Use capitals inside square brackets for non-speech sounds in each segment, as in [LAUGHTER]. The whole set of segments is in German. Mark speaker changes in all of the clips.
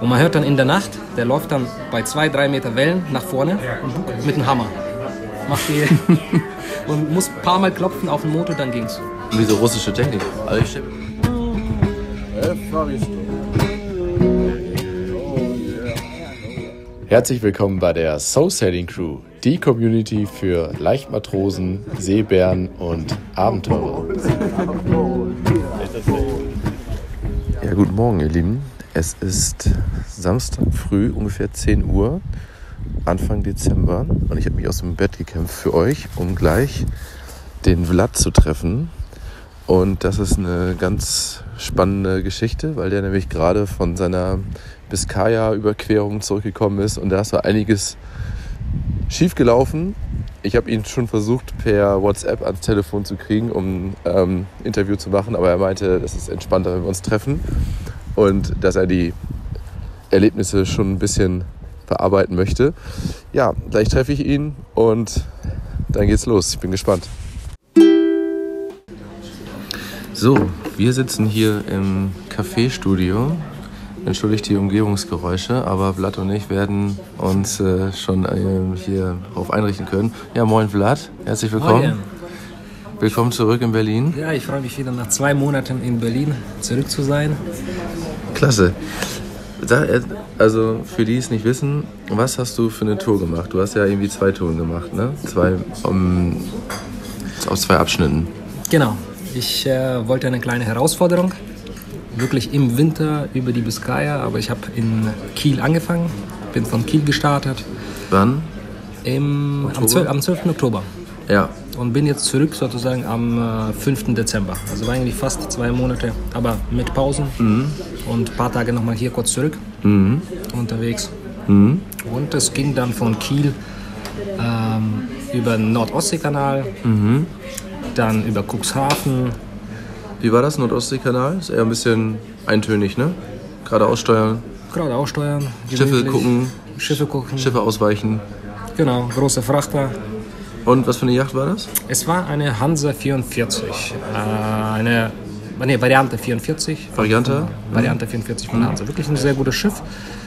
Speaker 1: Und man hört dann in der Nacht, der läuft dann bei zwei, drei Meter Wellen nach vorne und bucht mit dem Hammer. Macht die und muss ein paar Mal klopfen auf den Motor, dann ging's.
Speaker 2: Wie so russische Technik. Also ich Herzlich willkommen bei der Soul Sailing Crew, die Community für Leichtmatrosen, Seebären und Abenteurer. Ja, guten Morgen, ihr Lieben. Es ist Samstag früh, ungefähr 10 Uhr, Anfang Dezember. Und ich habe mich aus dem Bett gekämpft für euch, um gleich den Vlad zu treffen. Und das ist eine ganz spannende Geschichte, weil der nämlich gerade von seiner Biskaya-Überquerung zurückgekommen ist und da ist so einiges schief gelaufen. Ich habe ihn schon versucht, per WhatsApp ans Telefon zu kriegen, um ähm, Interview zu machen, aber er meinte, das ist entspannter, wenn wir uns treffen und dass er die Erlebnisse schon ein bisschen verarbeiten möchte. Ja, gleich treffe ich ihn und dann geht's los. Ich bin gespannt. So, wir sitzen hier im Café-Studio. Entschuldigt die Umgebungsgeräusche, aber Vlad und ich werden uns äh, schon äh, hier drauf einrichten können. Ja, moin Vlad, herzlich willkommen.
Speaker 1: Moin.
Speaker 2: Willkommen zurück in Berlin.
Speaker 1: Oh Ja, ich freue mich wieder nach zwei Monaten in Berlin zurück zu sein.
Speaker 2: Klasse. Da, äh, also für die es nicht wissen, was hast du für eine Tour gemacht? Du hast ja irgendwie zwei Touren gemacht, ne? Zwei um, aus zwei Abschnitten.
Speaker 1: Genau, ich äh, wollte eine kleine Herausforderung. Wirklich im Winter über die Biskaya, aber ich habe in Kiel angefangen, bin von Kiel gestartet
Speaker 2: Wann?
Speaker 1: im, am,
Speaker 2: Oktober?
Speaker 1: 12, am 12. Oktober
Speaker 2: Ja.
Speaker 1: und bin jetzt zurück sozusagen am äh, 5. Dezember. Also war eigentlich fast zwei Monate, aber mit Pausen
Speaker 2: Mhm.
Speaker 1: und ein paar Tage nochmal hier kurz zurück unterwegs.
Speaker 2: Mhm.
Speaker 1: Und es ging dann von Kiel ähm, über den Nord-Ostsee-Kanal,
Speaker 2: Mhm.
Speaker 1: dann über Cuxhaven,
Speaker 2: Wie war das? Nordostseekanal? Ist eher ein bisschen eintönig, ne? Geradeaus steuern,
Speaker 1: geradeaus steuern,
Speaker 2: Schiffe
Speaker 1: gemütlich.
Speaker 2: gucken,
Speaker 1: Schiffe gucken,
Speaker 2: Schiffe ausweichen.
Speaker 1: genau, große Frachter.
Speaker 2: Und was für eine Yacht war das?
Speaker 1: Es war eine Hansa 44, äh, eine nee, Variante 44.
Speaker 2: Variante?
Speaker 1: Variante 44 von der Hansa. Wirklich ein sehr gutes Schiff.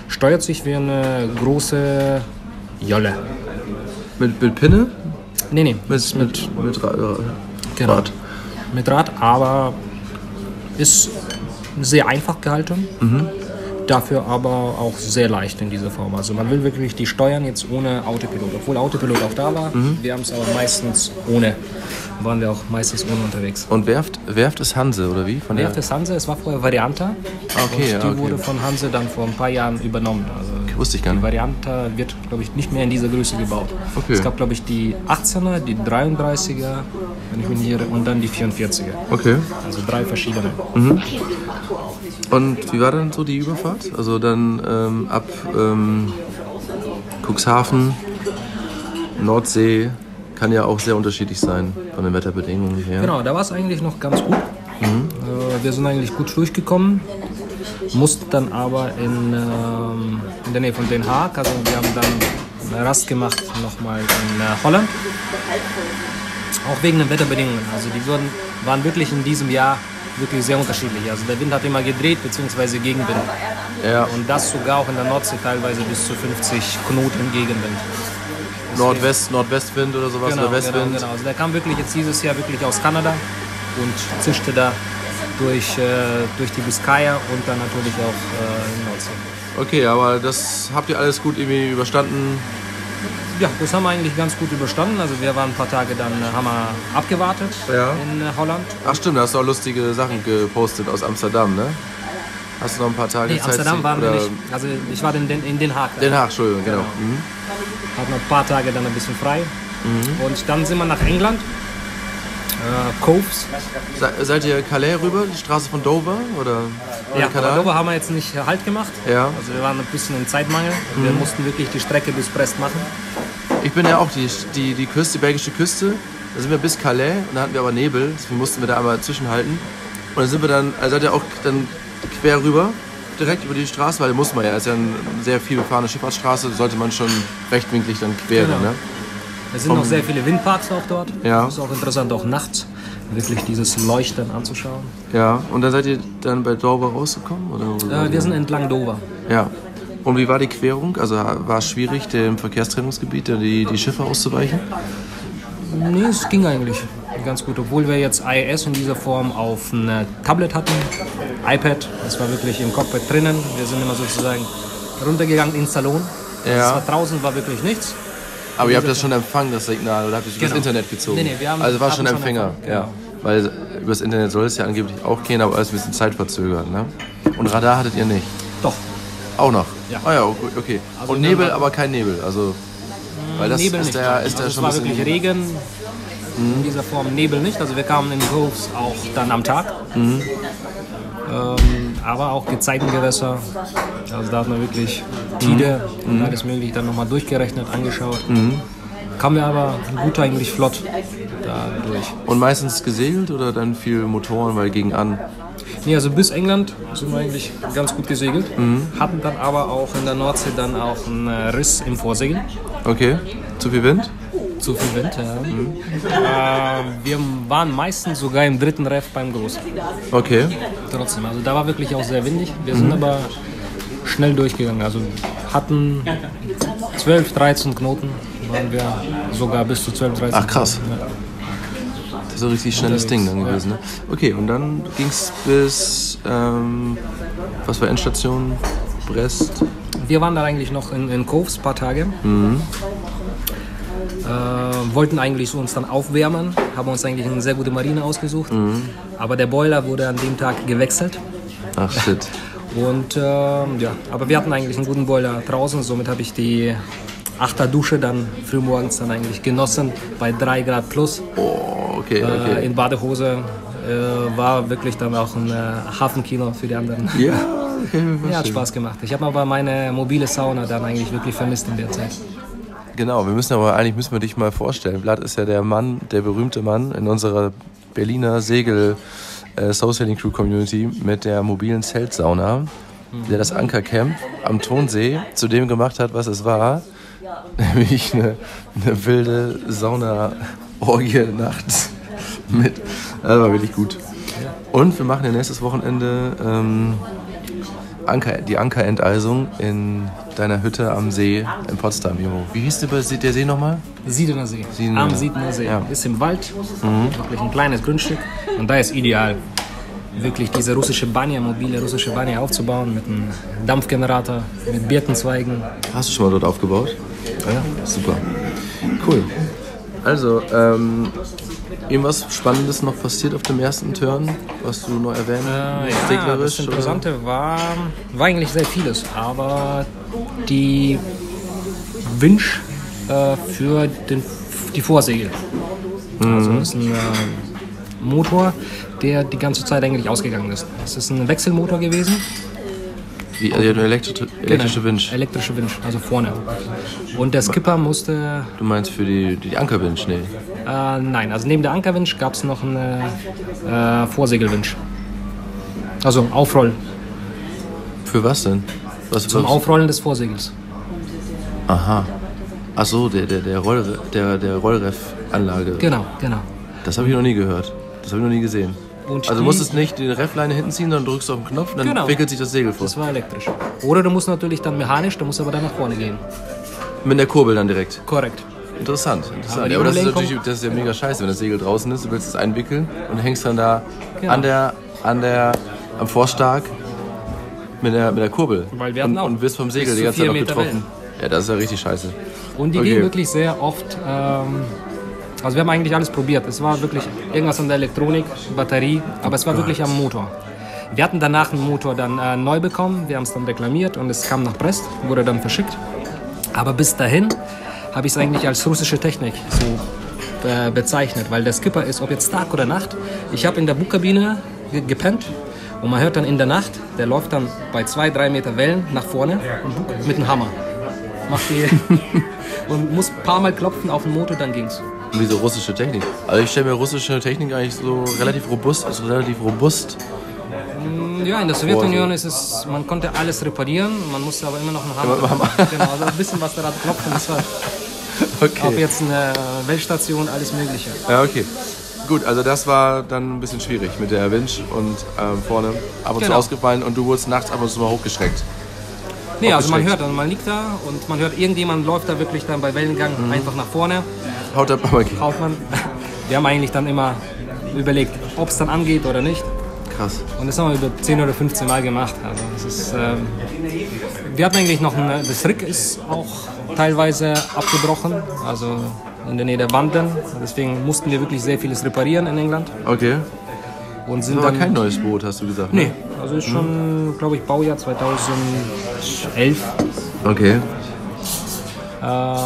Speaker 1: Steuert sich wie eine große Jolle.
Speaker 2: Mit, mit Pinne?
Speaker 1: Nee, nee,
Speaker 2: Mit, mit, mit Ra- Ra-
Speaker 1: Genau.
Speaker 2: Rad.
Speaker 1: mit Rad, aber ist sehr einfach gehalten.
Speaker 2: Mhm.
Speaker 1: Dafür aber auch sehr leicht in dieser Form. Also man will wirklich die steuern jetzt ohne Autopilot. Obwohl Autopilot auch da war,
Speaker 2: Mhm.
Speaker 1: wir haben es aber meistens ohne, waren wir auch meistens ohne unterwegs.
Speaker 2: Und werft, werft ist Hanse, oder wie? Von
Speaker 1: Ja.
Speaker 2: der- Ah,
Speaker 1: Werft ist Hanse, es war vorher Varianta.
Speaker 2: Okay,
Speaker 1: und
Speaker 2: ja,
Speaker 1: die
Speaker 2: okay.
Speaker 1: wurde von Hanse dann vor ein paar Jahren übernommen. Also
Speaker 2: Wusste ich gar
Speaker 1: die
Speaker 2: nicht.
Speaker 1: Varianta wird, glaube ich, nicht mehr in dieser Größe gebaut.
Speaker 2: Okay.
Speaker 1: Es gab, glaube ich, die 18er, die 33er, wenn ich mich nicht irre, und dann die 44er.
Speaker 2: Okay.
Speaker 1: Also drei verschiedene.
Speaker 2: Und wie war dann so die Überfahrt? Also dann ähm, ab ähm, Cuxhaven, Nordsee, kann ja auch sehr unterschiedlich sein von den Wetterbedingungen her.
Speaker 1: Genau, da war es eigentlich noch ganz gut. Äh, wir sind eigentlich gut durchgekommen, mussten dann aber in, ähm, in der Nähe von Den Haag, also wir haben dann eine Rast gemacht nochmal in äh, Holland. Auch wegen den Wetterbedingungen. Also die wurden, waren wirklich in diesem Jahr wirklich sehr unterschiedlich. Also der Wind hat immer gedreht bzw. Gegenwind.
Speaker 2: Ja, und
Speaker 1: Und das sogar auch in der Nordsee teilweise bis zu 50 Knoten Gegenwind.
Speaker 2: Nordwest, Nordwestwind oder sowas,
Speaker 1: Genau,
Speaker 2: oder Westwind.
Speaker 1: genau, genau. Also der kam wirklich jetzt dieses Jahr wirklich aus Kanada und zischte da durch, äh, durch die Biskaya und dann natürlich auch äh, in Nordsee.
Speaker 2: Okay, aber das habt ihr alles gut irgendwie überstanden.
Speaker 1: Ja, das haben wir eigentlich ganz gut überstanden. Also wir waren ein paar Tage dann, äh, haben wir abgewartet
Speaker 2: Ja.
Speaker 1: in äh, Holland.
Speaker 2: Ach stimmt, da hast du auch lustige Sachen gepostet aus Amsterdam, ne? Hast du noch ein paar Tage
Speaker 1: Nee,
Speaker 2: Zeit?
Speaker 1: Amsterdam
Speaker 2: sich-
Speaker 1: waren wir
Speaker 2: oder-
Speaker 1: nicht. Also ich war in Den, in den Haag.
Speaker 2: Den Haag, Entschuldigung, genau. Mhm.
Speaker 1: Hat noch ein paar Tage dann ein bisschen frei. Und dann sind wir nach England. Äh, Coves. Genau.
Speaker 2: Se seid ihr Calais rüber, die Straße von Dover? Oder
Speaker 1: Ja,
Speaker 2: Kanal?
Speaker 1: Cordoba haben wir jetzt nicht Halt gemacht.
Speaker 2: Ja.
Speaker 1: Also wir waren ein bisschen im Zeitmangel. Wir
Speaker 2: Mhm.
Speaker 1: mussten wirklich die Strecke bis Brest machen.
Speaker 2: Ich bin ja auch die, die, die Küste, die belgische Küste. Da sind wir bis Calais und da hatten wir aber Nebel, deswegen mussten wir da einmal zwischenhalten. Und dann sind wir dann, also seid ihr auch dann quer rüber, direkt über die Straße, weil muss man ja, ist ja eine sehr viel befahrene Schifffahrtsstraße, sollte man schon rechtwinklig dann queren.
Speaker 1: Genau.
Speaker 2: Ne?
Speaker 1: Es sind noch sehr viele Windparks auch dort.
Speaker 2: Ja.
Speaker 1: Ist auch interessant, auch nachts wirklich dieses Leuchten anzuschauen.
Speaker 2: Ja, und dann seid ihr dann bei Dover rausgekommen? Oder wo
Speaker 1: Äh,
Speaker 2: seid
Speaker 1: wir
Speaker 2: ihr?
Speaker 1: sind entlang Dover.
Speaker 2: ja. Und wie war die Querung? Also war es schwierig, dem Verkehrstrennungsgebiet da die, die Schiffe auszuweichen?
Speaker 1: Nee, es ging eigentlich ganz gut, obwohl wir jetzt IS in dieser Form auf ein äh, Tablet hatten, iPad, das war wirklich im Cockpit drinnen. Wir sind immer sozusagen runtergegangen ins Salon.
Speaker 2: Ja.
Speaker 1: Das war draußen war wirklich nichts.
Speaker 2: Aber ihr habt das schon empfangen, das Signal, oder habt ihr übers
Speaker 1: Genau.
Speaker 2: Internet gezogen?
Speaker 1: Nee, nee, wir haben-
Speaker 2: also war schon
Speaker 1: haben schon
Speaker 2: Empfänger,
Speaker 1: empfangen,
Speaker 2: ja. Weil übers Internet soll es ja angeblich auch gehen, aber alles ein bisschen zeitverzögert, ne? Und Radar hattet ihr nicht?
Speaker 1: Doch,
Speaker 2: Auch noch?
Speaker 1: Ja.
Speaker 2: Ah ja, okay. okay.
Speaker 1: Also
Speaker 2: Und
Speaker 1: dann
Speaker 2: Nebel,
Speaker 1: war-
Speaker 2: aber kein Nebel, also... Weil das
Speaker 1: Mm, Nebel
Speaker 2: ist
Speaker 1: nicht.
Speaker 2: der, ist
Speaker 1: also
Speaker 2: der
Speaker 1: es
Speaker 2: schon
Speaker 1: war
Speaker 2: ein bisschen... Mhm.
Speaker 1: wirklich Regen, in dieser Form Nebel nicht. Also wir kamen in Groves auch dann am Tag.
Speaker 2: Mhm.
Speaker 1: Ähm, aber auch Gezeitengewässer. Also da hat man wirklich Tide
Speaker 2: Mhm.
Speaker 1: und alles mögliche dann nochmal durchgerechnet, angeschaut. Kamen wir aber gut eigentlich flott da durch.
Speaker 2: Und meistens gesegelt oder dann viel Motoren, weil gegen an.
Speaker 1: Nee, also bis England sind wir eigentlich ganz gut gesegelt.
Speaker 2: Mhm.
Speaker 1: Hatten dann aber auch in der Nordsee dann auch einen äh, Riss im Vorsegel.
Speaker 2: Okay, zu viel Wind?
Speaker 1: Zu viel Wind, ja. Äh, wir waren meistens sogar im dritten Ref beim Groß.
Speaker 2: Okay.
Speaker 1: Trotzdem, also da war wirklich auch sehr windig. Wir
Speaker 2: Mhm.
Speaker 1: sind aber schnell durchgegangen. Also hatten 12, 13 Knoten, waren wir sogar bis zu 12, 13.
Speaker 2: Ach krass. Das ist ein richtig schnelles Ding dann gewesen. Ne? Okay, und dann ging es bis, ähm, was war Endstation? Brest?
Speaker 1: Wir waren da eigentlich noch in, in Coves ein paar Tage.
Speaker 2: Mhm.
Speaker 1: Äh, wollten eigentlich so uns dann aufwärmen, haben uns eigentlich eine sehr gute Marine ausgesucht.
Speaker 2: Mhm.
Speaker 1: Aber der Boiler wurde an dem Tag gewechselt.
Speaker 2: Ach shit.
Speaker 1: Und ähm, ja, aber wir hatten eigentlich einen guten Boiler draußen, somit habe ich die Achterdusche dann frühmorgens dann eigentlich genossen bei 3 Grad plus
Speaker 2: Oh, okay,
Speaker 1: äh,
Speaker 2: okay.
Speaker 1: in Badehose. Äh, war wirklich dann auch ein äh, Hafenkino für die anderen.
Speaker 2: Ja, okay,
Speaker 1: Ja, hat Spaß gemacht. Ich habe aber meine mobile Sauna dann eigentlich wirklich vermisst in der Zeit.
Speaker 2: genau. Wir müssen aber eigentlich müssen wir dich mal vorstellen. Vlad ist ja der Mann, der berühmte Mann in unserer Berliner Segel äh, Soul Sailing Crew Community mit der mobilen Zeltsauna, der das Ankercamp am Tonsee zu dem gemacht hat, was es war, [LAUGHS] nämlich eine, eine wilde Sauna-Orgie nachts mit. Das war wirklich gut. Und wir machen ja nächstes Wochenende ähm, Anker, die Ankerenteisung in deiner Hütte am See in Potsdam, Jimo. Wie hieß der, der See nochmal?
Speaker 1: Siedener See,
Speaker 2: Siedener.
Speaker 1: am Siedener See.
Speaker 2: Ja. Mhm.
Speaker 1: Ist im Wald, wirklich ein kleines Grundstück. Und da ist ideal, wirklich diese russische Banja, mobile russische Banja aufzubauen mit einem Dampfgenerator, mit Birkenzweigen.
Speaker 2: Hast du schon mal dort aufgebaut? Ah ja, super. Cool. Also, ähm, irgendwas Spannendes noch passiert auf dem ersten Turn, was du neu erwähnen
Speaker 1: Äh,
Speaker 2: Ah,
Speaker 1: Ja, das Interessante war, war eigentlich sehr vieles, aber die Winch äh, für den, die Vorsegel. Also das ist ein äh, Motor, der die ganze Zeit eigentlich ausgegangen ist. Es ist ein Wechselmotor gewesen.
Speaker 2: Wie, also, eine elektrische, elektrische
Speaker 1: Genau,
Speaker 2: Winch.
Speaker 1: Elektrische Winch, also vorne. Und der Skipper musste,
Speaker 2: Du meinst für die, die Ankerwinch, nee.
Speaker 1: äh, nein, also neben der Ankerwinch gab es noch eine äh, Vorsegelwinch. Also Aufrollen,
Speaker 2: Für was denn? Was,
Speaker 1: zum
Speaker 2: was?
Speaker 1: Aufrollen des Vorsegels.
Speaker 2: Aha. Ach so, der, der, der, Roll, der, der Rollref-Anlage.
Speaker 1: Genau, genau.
Speaker 2: Das habe ich noch nie gehört. Das habe ich noch nie gesehen.
Speaker 1: Und
Speaker 2: also
Speaker 1: die-
Speaker 2: musstest nicht die Refleine hinten ziehen, sondern drückst auf den Knopf und dann
Speaker 1: Genau.
Speaker 2: wickelt sich das Segel vor.
Speaker 1: Das war elektrisch. Oder du musst natürlich dann mechanisch, du musst aber dann nach vorne gehen.
Speaker 2: Mit der Kurbel dann direkt.
Speaker 1: Korrekt.
Speaker 2: Interessant, interessant.
Speaker 1: Aber die
Speaker 2: ja, aber das ist
Speaker 1: Umlenkung-
Speaker 2: natürlich das ist ja mega scheiße, wenn das Segel draußen ist, du willst es einwickeln und hängst dann da
Speaker 1: Genau.
Speaker 2: an der, an der, am Vorstark mit der, mit der Kurbel.
Speaker 1: Weil wir hatten
Speaker 2: und,
Speaker 1: auch
Speaker 2: und wirst vom Segel
Speaker 1: bis
Speaker 2: die
Speaker 1: zu
Speaker 2: ganze Zeit
Speaker 1: vier
Speaker 2: noch
Speaker 1: Meter
Speaker 2: getroffen. Ja, das ist ja richtig scheiße.
Speaker 1: Und die
Speaker 2: Okay.
Speaker 1: gehen wirklich sehr oft. Ähm, also wir haben eigentlich alles probiert. Es war wirklich irgendwas an der Elektronik, Batterie, aber es war wirklich am Motor. Wir hatten danach einen Motor dann äh, neu bekommen, wir haben es dann reklamiert und es kam nach Brest, wurde dann verschickt. Aber bis dahin habe ich es eigentlich als russische Technik so äh, bezeichnet, weil der Skipper ist, ob jetzt Tag oder Nacht. Ich habe in der Buchkabine ge gepennt und man hört dann in der Nacht, der läuft dann bei zwei, drei Meter Wellen nach vorne und bucht mit einem Hammer. Macht [LAUGHS] die und muss ein paar Mal klopfen auf den Motor, dann ging's.
Speaker 2: Und diese russische Technik. Also ich stelle mir russische Technik eigentlich so relativ robust, also relativ robust.
Speaker 1: Ja, in der Sowjetunion ist es, man konnte alles reparieren, man musste aber immer noch einen Hammer. Genau, also ein bisschen was daran klopfen, das war
Speaker 2: Okay.
Speaker 1: Auch jetzt eine Weltstation, alles Mögliche.
Speaker 2: Ja, okay. Gut, also das war dann ein bisschen schwierig mit der Winch und ähm, vorne ab und zu
Speaker 1: Genau.
Speaker 2: ausgefallen und du wurdest nachts ab und zu mal hochgeschreckt.
Speaker 1: Nee, also man
Speaker 2: Aufgeschreckt.
Speaker 1: hört, also man liegt da und man hört, irgendjemand läuft da wirklich dann bei Wellengang einfach nach vorne.
Speaker 2: Haut ab, [LAUGHS] aber okay.
Speaker 1: Braucht man. Wir haben eigentlich dann immer überlegt, ob es dann angeht oder nicht.
Speaker 2: Krass.
Speaker 1: Und das haben wir über 10 oder 15 Mal gemacht. Also das ist, ähm, wir hatten eigentlich noch, eine, das Rick ist auch teilweise abgebrochen, also in der Nähe der Wand dann. Deswegen mussten wir wirklich sehr vieles reparieren in England.
Speaker 2: Okay.
Speaker 1: Und sind
Speaker 2: Aber
Speaker 1: dann,
Speaker 2: kein neues Boot, hast du gesagt. ne?
Speaker 1: Nee, also ist schon, glaube ich, Baujahr 2011.
Speaker 2: Okay.
Speaker 1: Äh,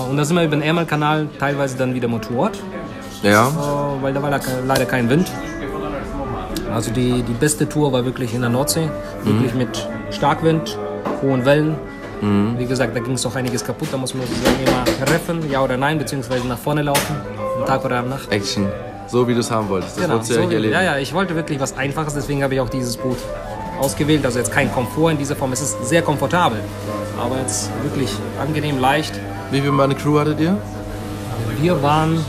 Speaker 1: und da sind wir über den Ärmelkanal teilweise dann wieder motorrad, äh,
Speaker 2: Ja.
Speaker 1: weil da war da ke- leider kein Wind. Also die, die beste Tour war wirklich in der Nordsee, wirklich
Speaker 2: Mhm.
Speaker 1: mit Starkwind, hohen Wellen. Wie gesagt, da ging es auch einiges kaputt, da muss man sozusagen immer treffen, ja oder nein, beziehungsweise nach vorne laufen, am Tag oder am Nacht. Genau,
Speaker 2: Action. So wie du es haben wolltest. Das wolltest du ja
Speaker 1: so
Speaker 2: nicht
Speaker 1: wie-
Speaker 2: erleben.
Speaker 1: ja, ja, ich wollte wirklich was Einfaches, deswegen habe ich auch dieses Boot ausgewählt. Also jetzt kein Komfort in dieser Form, es ist sehr komfortabel, aber jetzt wirklich angenehm leicht.
Speaker 2: Wie viel Mann Crew hattet ihr?
Speaker 1: Wir waren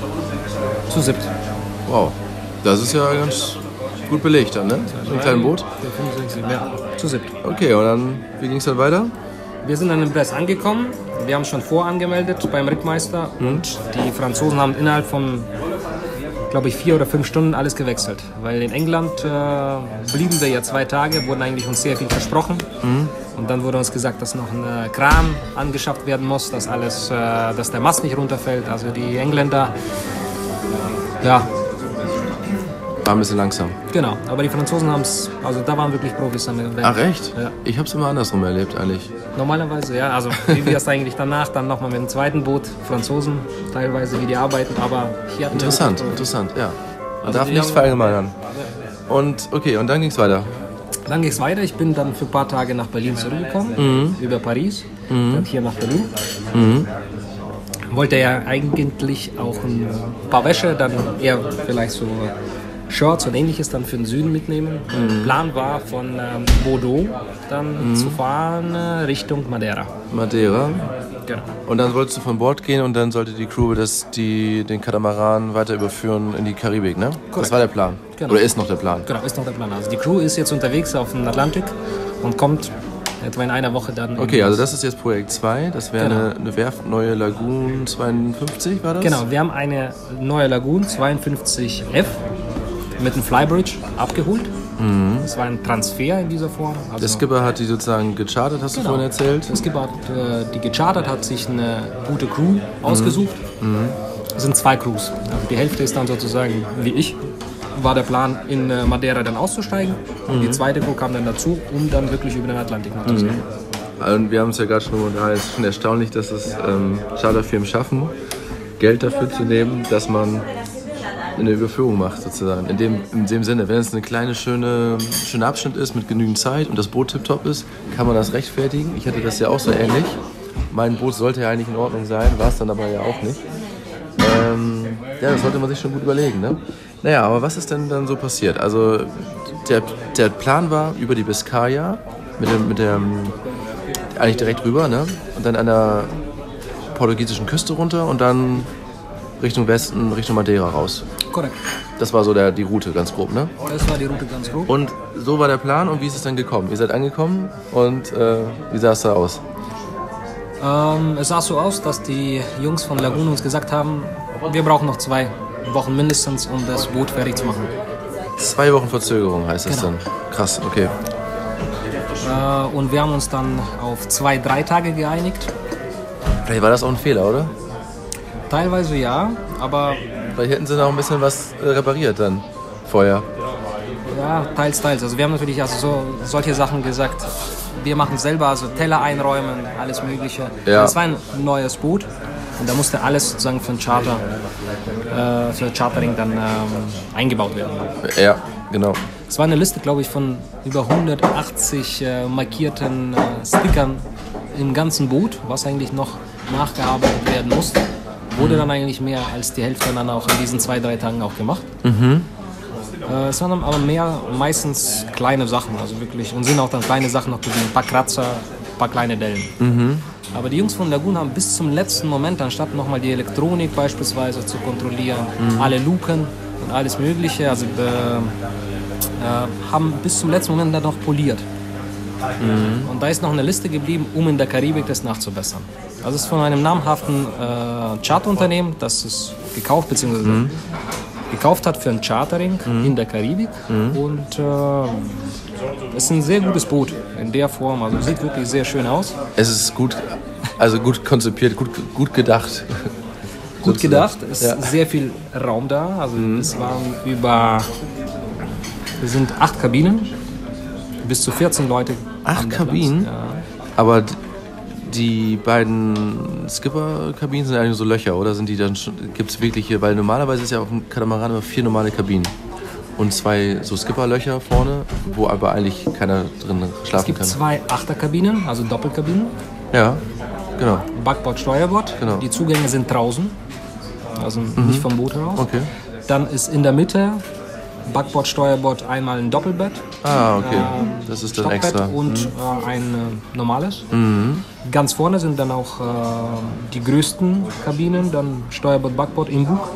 Speaker 1: zu siebt.
Speaker 2: Wow. Das ist ja ganz gut belegt dann, ne? So ein kleines Boot.
Speaker 1: Ja, fünf, sechs, sieben, Ja, zu siebt.
Speaker 2: Okay, und dann, wie ging es dann weiter?
Speaker 1: Wir sind an den Brest angekommen. Wir haben schon vorangemeldet beim Rittmeister und die Franzosen haben innerhalb von, glaube ich, vier oder fünf Stunden alles gewechselt. Weil in England äh, blieben wir ja zwei Tage, wurden eigentlich uns sehr viel versprochen. Und dann wurde uns gesagt, dass noch ein äh, Kran angeschafft werden muss, dass alles, äh, dass der Mast nicht runterfällt. Also die Engländer, ja,
Speaker 2: War ein bisschen langsam.
Speaker 1: genau. Aber die Franzosen haben es, also da waren wirklich Profis am Event.
Speaker 2: Ach, echt?
Speaker 1: Ja.
Speaker 2: Ich hab's immer andersrum erlebt, eigentlich.
Speaker 1: Normalerweise, ja. Also wie wir es eigentlich danach, dann nochmal mit dem zweiten Boot, Franzosen teilweise, wie die arbeiten, aber hier hatten wir
Speaker 2: Interessant,
Speaker 1: wirklich-
Speaker 2: interessant, ja. Man darf
Speaker 1: die
Speaker 2: nichts
Speaker 1: haben-
Speaker 2: verallgemeinern. Und okay, und dann ging's weiter.
Speaker 1: Dann ging es weiter. Ich bin dann für ein paar Tage nach Berlin zurückgekommen, über Paris, dann hier nach Berlin. Wollte ja eigentlich auch ein paar Wäsche, dann eher vielleicht so Shirts und ähnliches dann für den Süden mitnehmen. Plan war von ähm, Bordeaux dann zu fahren äh, Richtung Madeira.
Speaker 2: Madeira.
Speaker 1: Genau.
Speaker 2: Und dann wolltest du von Bord gehen und dann sollte die Crew das, die, den Katamaran weiter überführen in die Karibik, ne? Das war der Plan.
Speaker 1: Genau.
Speaker 2: Oder ist noch der Plan.
Speaker 1: Genau, ist noch der Plan. Also die Crew ist jetzt unterwegs auf dem Atlantik und kommt etwa in einer Woche dann. in-
Speaker 2: Okay, also das ist jetzt Projekt 2. Das wäre
Speaker 1: Genau.
Speaker 2: eine, eine Werft, neue Lagoon 52, war das?
Speaker 1: Genau, wir haben eine neue Lagoon 52F mit einem Flybridge abgeholt. Das war ein Transfer in dieser Form. Also
Speaker 2: Der Skipper hat die sozusagen gechartert, hast
Speaker 1: Genau.
Speaker 2: du vorhin erzählt.
Speaker 1: Es gibt auch, äh, die gechartert, hat sich eine gute Crew ausgesucht. Es sind zwei Crews. Also die Hälfte ist dann sozusagen, wie ich, war der Plan, in äh, Madeira dann auszusteigen. Und die zweite Crew kam dann dazu, um dann wirklich über den Atlantik noch zu sehen.
Speaker 2: Und wir haben es ja gerade schon unterhalten. Es ist schon erstaunlich, dass es ähm, Charterfirmen schaffen, Geld dafür zu nehmen, dass man eine Überführung macht, sozusagen. In dem, in dem Sinne, wenn es eine kleine, schöne, schöner Abschnitt ist mit genügend Zeit und das Boot tiptop ist, kann man das rechtfertigen. Ich hatte das ja auch so ähnlich. Mein Boot sollte ja eigentlich in Ordnung sein, war es dann aber ja auch nicht. Ähm, ja, das sollte man sich schon gut überlegen, ne? Naja, aber was ist denn dann so passiert? Also, der, der Plan war über die Biskaya mit dem, mit dem eigentlich direkt rüber, ne? Und dann an der portugiesischen Küste runter und dann Richtung Westen, Richtung Madeira raus.
Speaker 1: Korrekt.
Speaker 2: Das war so der, die Route, ganz grob, ne?
Speaker 1: Das war die Route ganz grob.
Speaker 2: Und so war der Plan und wie ist es dann gekommen? Ihr seid angekommen und äh, wie sah es da aus?
Speaker 1: Ähm, es sah so aus, dass die Jungs von Lagoon uns gesagt haben, wir brauchen noch zwei Wochen mindestens, um das Boot fertig zu machen.
Speaker 2: Zwei Wochen Verzögerung heißt es
Speaker 1: Genau.
Speaker 2: dann. Krass, okay.
Speaker 1: Äh, und wir haben uns dann auf zwei, drei Tage geeinigt.
Speaker 2: Vielleicht war das auch ein Fehler, oder?
Speaker 1: Teilweise ja, aber
Speaker 2: Vielleicht hätten sie noch ein bisschen was äh, repariert dann vorher.
Speaker 1: ja, teils, teils. Also wir haben natürlich also so, solche Sachen gesagt. Wir machen selber, also Teller einräumen, alles Mögliche.
Speaker 2: Ja.
Speaker 1: Das war ein neues Boot und da musste alles sozusagen für ein Charter, äh, für Chartering dann ähm, eingebaut werden.
Speaker 2: Ja, genau.
Speaker 1: Es war eine Liste, glaube ich, von über 180 äh, markierten äh, Stickern im ganzen Boot, was eigentlich noch nachgearbeitet werden musste. Wurde dann eigentlich mehr als die Hälfte dann auch in diesen zwei, drei Tagen auch gemacht. Äh, es waren dann aber mehr meistens kleine Sachen, also wirklich, und sind auch dann kleine Sachen noch geblieben. Ein paar Kratzer, ein paar kleine Dellen. Aber die Jungs von Lagoon haben bis zum letzten Moment, anstatt nochmal die Elektronik beispielsweise zu kontrollieren, alle Luken und alles Mögliche, also äh, äh, haben bis zum letzten Moment dann noch poliert. Und da ist noch eine Liste geblieben, um in der Karibik das nachzubessern. Das ist von einem namhaften äh, Chartunternehmen, das es gekauft bzw. gekauft hat für ein Chartering in der Karibik. Und äh, ist ein sehr gutes Boot in der Form. Also sieht wirklich sehr schön aus.
Speaker 2: Es ist gut, also gut konzipiert, gut, gut gedacht.
Speaker 1: Gut gedacht, es ist
Speaker 2: Ja.
Speaker 1: sehr viel Raum da. Also es waren über, es sind acht Kabinen, bis zu 14 Leute.
Speaker 2: Acht
Speaker 1: haben da
Speaker 2: Kabinen?
Speaker 1: Platz. Ja.
Speaker 2: Aber d- die beiden Skipper-Kabinen sind eigentlich so Löcher, oder? Sind die dann schon, gibt's wirklich hier, weil normalerweise ist ja auf dem Katamaran immer vier normale Kabinen. Und zwei so Skipper-Löcher vorne, wo aber eigentlich keiner drin
Speaker 1: Es
Speaker 2: schlafen
Speaker 1: gibt
Speaker 2: kann.
Speaker 1: zwei Achterkabinen, also Doppelkabinen,
Speaker 2: Ja, genau.
Speaker 1: Backbord, Steuerbord.
Speaker 2: Genau. Mhm.
Speaker 1: Die Zugänge sind draußen, also nicht vom Boot heraus.
Speaker 2: Okay.
Speaker 1: Dann ist in der Mitte Backbord, Steuerbord einmal ein Doppelbett,
Speaker 2: Ah, okay. Das ist dann
Speaker 1: Stockbett
Speaker 2: extra. Mhm.
Speaker 1: und äh, ein äh, normales. Ganz vorne sind dann auch äh, die größten Kabinen, dann Steuerbord, Backbord im Bug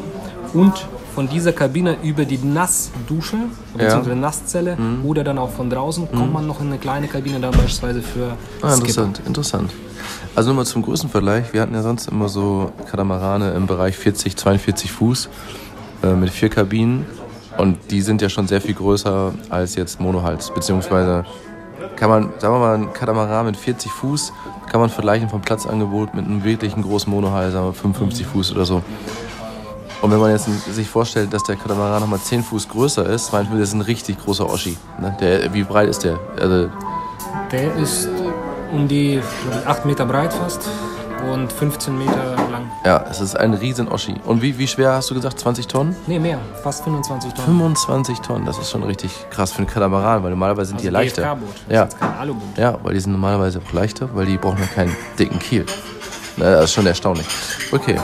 Speaker 1: und von dieser Kabine über die Nassdusche bzw. Nasszelle
Speaker 2: Mhm.
Speaker 1: oder dann auch von draußen kommt man noch in eine kleine Kabine, dann beispielsweise für
Speaker 2: Ah,
Speaker 1: Skipper.
Speaker 2: interessant, interessant. Also nochmal zum Größenvergleich. Wir hatten ja sonst immer so Katamarane im Bereich 40, 42 Fuß äh, mit vier Kabinen. Und die sind ja schon sehr viel größer als jetzt Monohals. Beziehungsweise kann man, sagen wir mal, ein Katamaran mit 40 Fuß kann man vergleichen vom Platzangebot mit einem wirklichen großen Monohals, sagen wir 55 Fuß oder so. Und wenn man jetzt sich vorstellt, dass der Katamaran nochmal 10 Fuß größer ist, meint man, das ist ein richtig großer Oschi. Ne? Der, wie breit ist der? Also,
Speaker 1: Der ist um die glaub ich, 8 Meter breit fast und 15 Meter lang.
Speaker 2: Ja, es ist ein riesen Oschi. Und wie, wie schwer hast du gesagt? 20 Tonnen?
Speaker 1: Nee, mehr, fast 25 Tonnen.
Speaker 2: 25 Tonnen, das ist schon richtig krass für einen Katamaran, weil normalerweise sind die leichter.
Speaker 1: Also DFK-Boot, das
Speaker 2: Ja.
Speaker 1: ist jetzt kein Aluboot.
Speaker 2: Ja, weil die sind normalerweise auch leichter, weil die brauchen ja keinen dicken Kiel. Na, das ist schon erstaunlich. Okay,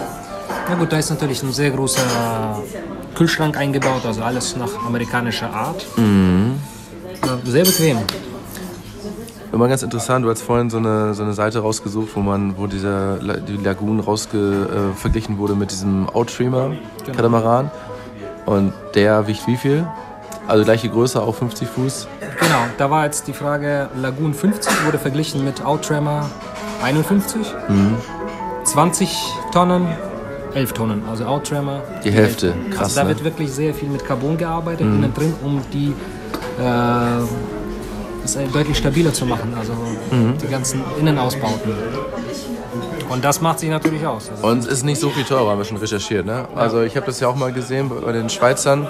Speaker 1: Na gut, da ist natürlich ein sehr großer Kühlschrank eingebaut, also alles nach amerikanischer Art. Mhm. Ja, Sehr bequem.
Speaker 2: immer ganz interessant, du hast vorhin so eine, so eine Seite rausgesucht, wo man, wo dieser, La- die Lagoon rausge, äh, verglichen wurde mit diesem Outtreamer
Speaker 1: Genau.
Speaker 2: Katamaran. Und der wiegt wie viel? Also gleiche Größe, auch 50 Fuß.
Speaker 1: Genau, da war jetzt die Frage, Lagoon 50 wurde verglichen mit Outrammer 51. 20 Tonnen, 11 Tonnen, also Outrammer.
Speaker 2: Die Hälfte,
Speaker 1: also
Speaker 2: krass.
Speaker 1: da
Speaker 2: ne? Mhm.
Speaker 1: wird wirklich sehr viel mit Carbon gearbeitet innen drin, um die äh, es äh, deutlich stabiler zu machen, also
Speaker 2: Mhm.
Speaker 1: die ganzen Innenausbauten. Und das macht sich natürlich aus. Also
Speaker 2: Und es ist nicht so viel teurer, haben wir schon recherchiert. Ne? Also ich habe das ja auch mal gesehen bei den Schweizern,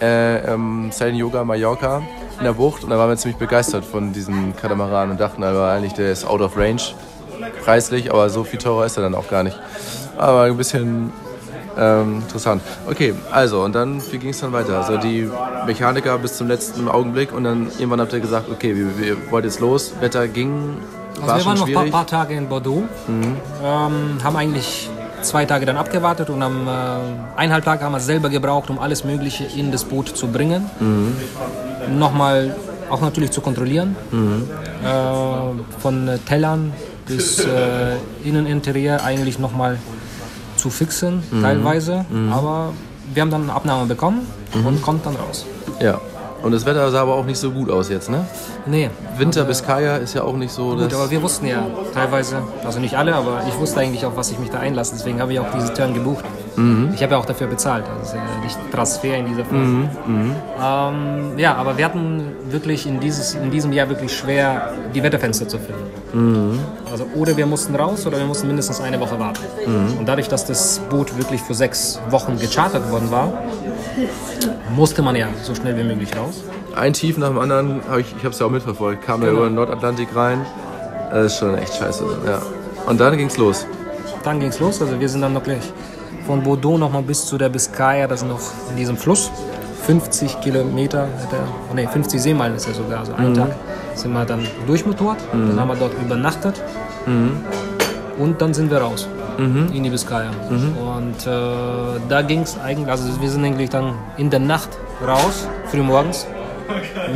Speaker 2: äh, ähm, Sailing Yoga Mallorca in der Bucht. Und da waren wir ziemlich begeistert von diesem Katamaran und dachten aber eigentlich, der ist out of range preislich, aber so viel teurer ist er dann auch gar nicht. Aber ein bisschen ähm, interessant. Okay, also und dann, wie ging es dann weiter? Also die Mechaniker bis zum letzten Augenblick und dann irgendwann habt ihr gesagt, okay, wir, wir wollt jetzt los, Wetter ging,
Speaker 1: Also
Speaker 2: war
Speaker 1: wir
Speaker 2: schon
Speaker 1: waren noch ein paar,
Speaker 2: schwierig. Mhm.
Speaker 1: paar Tage in Bordeaux, ähm, haben eigentlich zwei Tage dann abgewartet und am äh, eineinhalb Tage haben wir es selber gebraucht, um alles Mögliche in das Boot zu bringen.
Speaker 2: Mhm.
Speaker 1: Nochmal auch natürlich zu kontrollieren. Äh, von äh, Tellern bis äh, Inneninterieur eigentlich nochmal zu fixen,
Speaker 2: Mhm.
Speaker 1: teilweise. Aber wir haben dann eine Abnahme bekommen
Speaker 2: Mhm.
Speaker 1: und konnten dann raus.
Speaker 2: Ja. Und das Wetter sah aber auch nicht so gut aus jetzt, ne?
Speaker 1: Nee,
Speaker 2: Winter bis Kaya ist ja auch nicht so
Speaker 1: Gut,
Speaker 2: das.
Speaker 1: aber wir wussten ja teilweise, also nicht alle, aber ich wusste eigentlich auch, was ich mich da einlasse. Deswegen habe ich auch diese Turn gebucht. Ich habe ja auch dafür bezahlt. Also es ist ja nicht Transfer in dieser Phase. Ähm, ja, aber wir hatten wirklich in, dieses, in diesem Jahr wirklich schwer, die Wetterfenster zu finden. Also oder wir mussten raus oder wir mussten mindestens eine Woche warten. Und dadurch, dass das Boot wirklich für sechs Wochen gechartert worden war, musste man ja so schnell wie genau. möglich raus.
Speaker 2: Ein Tief nach dem anderen, hab ich, ich habe es ja auch mitverfolgt, kam ja über den Nordatlantik rein. Das ist schon echt scheiße. Ja. Und dann ging's los.
Speaker 1: Dann ging's los. Also wir sind dann noch gleich von Bordeaux nochmal bis zu der Biscaya, das ist noch in diesem Fluss. 50 Kilometer, hat er- nee, 50 Seemeilen ist er sogar. Also einen Tag sind wir dann durchmotort, dann haben wir dort übernachtet und dann sind wir raus in die Biscaya. Und äh, da ging's eigentlich, also wir sind eigentlich dann in der Nacht raus, früh morgens,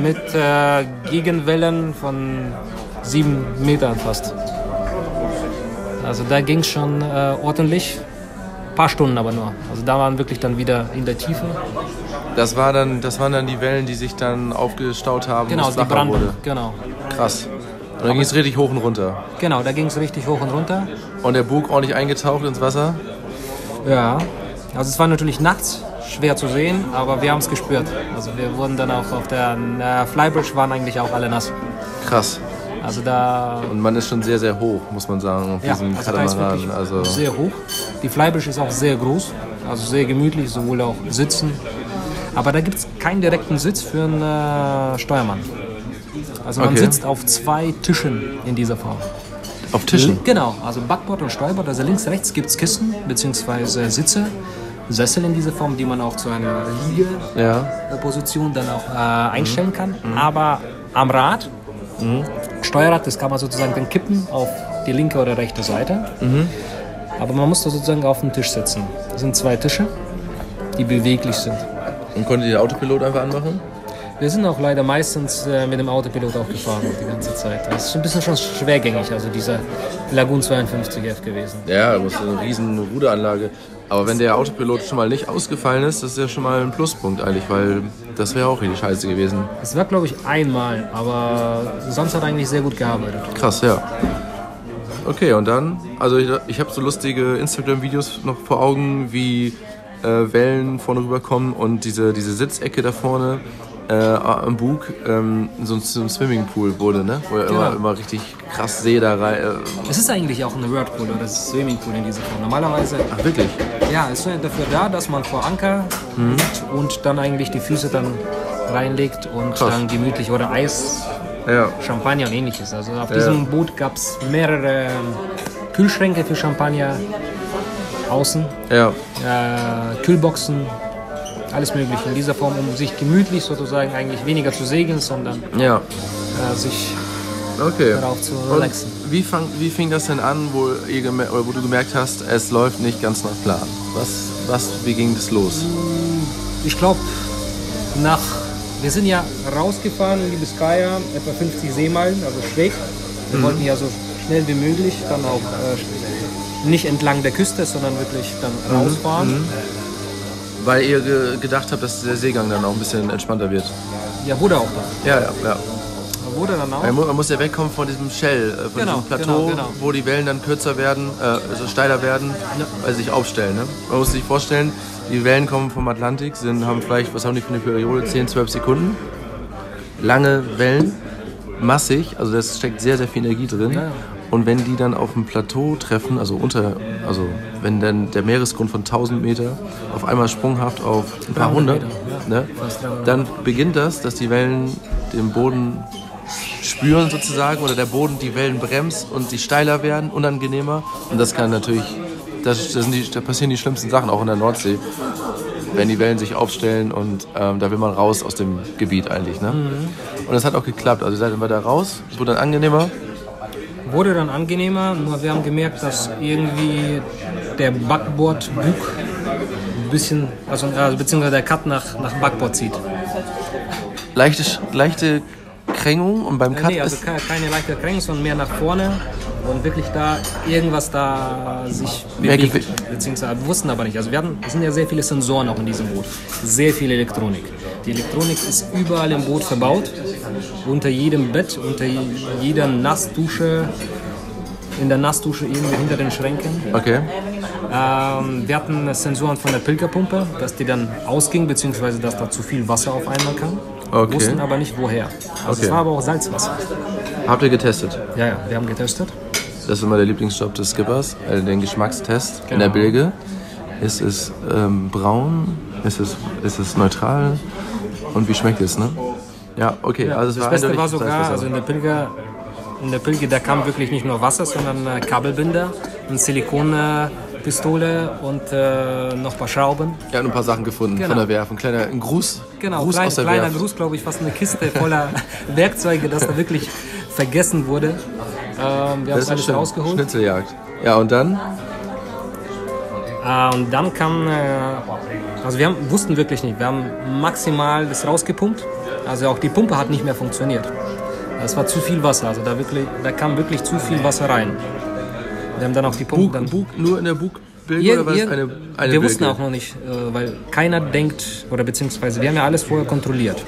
Speaker 1: mit äh, Gegenwellen von 7 Metern fast. Also da ging es schon äh, ordentlich. Ein paar Stunden aber nur. Also da waren wirklich dann wieder in der Tiefe.
Speaker 2: Das, war dann, das waren dann die Wellen, die sich dann aufgestaut haben,
Speaker 1: Genau,
Speaker 2: es
Speaker 1: die
Speaker 2: flacher
Speaker 1: Brandung.
Speaker 2: wurde.
Speaker 1: Genau.
Speaker 2: Krass. Und dann ging es richtig hoch und runter.
Speaker 1: Genau, da ging es richtig hoch und runter.
Speaker 2: Und der Bug ordentlich eingetaucht ins Wasser.
Speaker 1: Ja. Also es war natürlich nachts schwer zu sehen, aber wir haben es gespürt. Also wir wurden dann auch auf der na, Flybridge waren eigentlich auch alle nass.
Speaker 2: Krass.
Speaker 1: Also da
Speaker 2: Und man ist schon sehr, sehr hoch, muss man sagen, auf
Speaker 1: Ja,
Speaker 2: diesem
Speaker 1: also da ist
Speaker 2: Katamaran.
Speaker 1: wirklich
Speaker 2: Also,
Speaker 1: sehr hoch. Die Fleibisch ist auch sehr groß, also sehr gemütlich, sowohl auch sitzen. Aber da gibt es keinen direkten Sitz für einen äh, Steuermann. Also man
Speaker 2: Okay.
Speaker 1: sitzt auf zwei Tischen in dieser Form.
Speaker 2: auf Tischen.
Speaker 1: Genau, also Backbord und Steuerbord, also links, rechts gibt es Kissen bzw. Sitze, Sessel in dieser Form, die man auch zu einer Liege
Speaker 2: Ja.
Speaker 1: Position dann auch äh, einstellen kann. Aber am Rad, Steuerrad, das kann man sozusagen dann kippen auf die linke oder rechte Seite. Aber man muss da sozusagen auf dem Tisch sitzen. Das sind zwei Tische, die beweglich sind.
Speaker 2: Und konnte den Autopilot einfach anmachen?
Speaker 1: Wir sind auch leider meistens äh, mit dem Autopilot auch gefahren die ganze Zeit. Das ist ein bisschen schon schwergängig, also dieser Lagoon 52F gewesen.
Speaker 2: Ja, das ist eine riesen Ruderanlage. Aber wenn der Autopilot schon mal nicht ausgefallen ist, das ist ja schon mal ein Pluspunkt eigentlich, weil das wäre auch richtig scheiße gewesen.
Speaker 1: Es war, glaube ich, einmal, aber sonst hat er eigentlich sehr gut gearbeitet.
Speaker 2: Krass, ja. Okay, und dann, also ich, ich habe so lustige Instagram-Videos noch vor Augen, wie äh, Wellen vorne rüberkommen und diese, diese Sitzecke da vorne äh, am Bug ähm, so, ein- so ein Swimmingpool wurde, ne? Wo ja immer,
Speaker 1: Genau.
Speaker 2: immer richtig krass See da rein. Äh,
Speaker 1: Es ist eigentlich auch ein Whirlpool oder ein Swimmingpool in dieser Form. Normalerweise
Speaker 2: ach, wirklich?
Speaker 1: Ja, ist ja dafür da, dass man vor Anker liegt und dann eigentlich die Füße dann reinlegt und
Speaker 2: Krass.
Speaker 1: dann gemütlich oder Eis,
Speaker 2: Ja.
Speaker 1: Champagner und ähnliches. Also auf diesem Boot gab es mehrere ähm, Kühlschränke für Champagner außen,
Speaker 2: Ja.
Speaker 1: äh, Kühlboxen, alles mögliche in dieser Form, um sich gemütlich sozusagen eigentlich weniger zu segeln, sondern
Speaker 2: Ja.
Speaker 1: äh, sich
Speaker 2: Okay.
Speaker 1: darauf zu
Speaker 2: Und
Speaker 1: relaxen.
Speaker 2: wie, fang, wie fing das denn an, wo, ihr gemer- oder wo du gemerkt hast, es läuft nicht ganz nach Plan? Was, was, wie ging das los?
Speaker 1: Ich glaube, nach. Wir sind ja rausgefahren in die Biskaya, etwa 50 Seemeilen, also schräg. Wir wollten ja so schnell wie möglich dann auch äh, nicht entlang der Küste, sondern wirklich dann rausfahren.
Speaker 2: Weil ihr ge gedacht habt, dass der Seegang dann auch ein bisschen entspannter wird.
Speaker 1: Ja, wurde auch dann.
Speaker 2: Ja, ja, ja.
Speaker 1: Wurde dann auch.
Speaker 2: Man, mu man muss ja wegkommen von diesem Shell, äh, von
Speaker 1: Genau,
Speaker 2: diesem Plateau,
Speaker 1: genau, genau.
Speaker 2: wo die Wellen dann kürzer werden, äh, also steiler werden, weil sie sich aufstellen. Ne? Man muss sich vorstellen, die Wellen kommen vom Atlantik, sind, haben vielleicht, was haben die für eine Periode, 10, 12 Sekunden. Lange Wellen, massig, also da steckt sehr, sehr viel Energie drin.
Speaker 1: ja.
Speaker 2: Und wenn die dann auf ein Plateau treffen, also unter, also wenn dann der Meeresgrund von 1000 Meter auf einmal sprunghaft auf ein paar hundert,
Speaker 1: 300 Meter,
Speaker 2: ne, dann beginnt das, dass die Wellen den Boden spüren sozusagen oder der Boden die Wellen bremst und die steiler werden, unangenehmer. Und das kann natürlich, das, das sind die, da passieren die schlimmsten Sachen auch in der Nordsee, wenn die Wellen sich aufstellen und ähm, da will man raus aus dem Gebiet eigentlich. Ne?
Speaker 1: Mhm.
Speaker 2: Und das hat auch geklappt. Also seid ihr da raus, es wurde dann angenehmer.
Speaker 1: Wurde dann angenehmer, nur wir haben gemerkt, dass irgendwie der Backbordbug ein bisschen, also äh, beziehungsweise der Cut nach, nach Backbord zieht.
Speaker 2: Leichte, Sch- leichte Krängung und beim Cut
Speaker 1: nee, also
Speaker 2: ist
Speaker 1: keine, keine leichte Kränkung, sondern mehr nach vorne und wirklich da irgendwas da sich
Speaker 2: Mehr
Speaker 1: bewegt,
Speaker 2: Gewicht.
Speaker 1: beziehungsweise wussten aber nicht. Also wir hatten, es sind ja sehr viele Sensoren auch in diesem Boot, sehr viel Elektronik. Die Elektronik ist überall im Boot verbaut, unter jedem Bett, unter je- jeder Nassdusche, in der Nassdusche irgendwo hinter den Schränken.
Speaker 2: Okay.
Speaker 1: Ähm, wir hatten Sensoren von der Pilgerpumpe, dass die dann ausging, beziehungsweise dass da zu viel Wasser auf einmal kam.
Speaker 2: Okay.
Speaker 1: Wussten aber nicht woher. Also
Speaker 2: Okay.
Speaker 1: es war aber auch Salzwasser.
Speaker 2: Habt ihr getestet?
Speaker 1: Ja, ja, wir haben getestet.
Speaker 2: Das ist immer der Lieblingsjob des Skippers, also den Geschmackstest in der
Speaker 1: Genau.
Speaker 2: Bilge. Ist es ähm, braun? Ist es, ist es neutral? Und wie schmeckt es, ne? Ja, okay. also es
Speaker 1: das
Speaker 2: war
Speaker 1: Beste
Speaker 2: eindeutig
Speaker 1: war sogar,
Speaker 2: Salzwasser.
Speaker 1: also in der Pilger, in der Pilger, da kam wirklich nicht nur Wasser, sondern äh, Kabelbinder, eine Silikonpistole und äh, noch ein paar Schrauben.
Speaker 2: Ihr habt ein paar Sachen gefunden von
Speaker 1: Genau.
Speaker 2: der Werft. Ein kleiner ein Gruß,
Speaker 1: Genau,
Speaker 2: Gruß
Speaker 1: klein,
Speaker 2: aus der
Speaker 1: kleiner
Speaker 2: Werft.
Speaker 1: Gruß, glaube ich, fast eine Kiste [LAUGHS] voller Werkzeuge, das da wirklich vergessen wurde. Ähm, wir haben
Speaker 2: Das ist
Speaker 1: alles
Speaker 2: schön.
Speaker 1: rausgeholt.
Speaker 2: Schnitzeljagd. Ja, und dann?
Speaker 1: Äh, und dann kam, äh, also wir haben, wussten wirklich nicht, wir haben maximal das rausgepumpt. Also auch die Pumpe hat nicht mehr funktioniert. Es war zu viel Wasser, also da, wirklich, da kam wirklich zu viel Wasser rein. Wir haben dann auch die
Speaker 2: Bug,
Speaker 1: Punkte. Dann
Speaker 2: Bug, nur in der Bugbildung
Speaker 1: Ihr-
Speaker 2: oder war das
Speaker 1: ihr-
Speaker 2: eine, eine
Speaker 1: wir wussten
Speaker 2: Bilge?
Speaker 1: auch noch nicht, äh, weil keiner denkt, oder beziehungsweise wir haben ja alles vorher kontrolliert.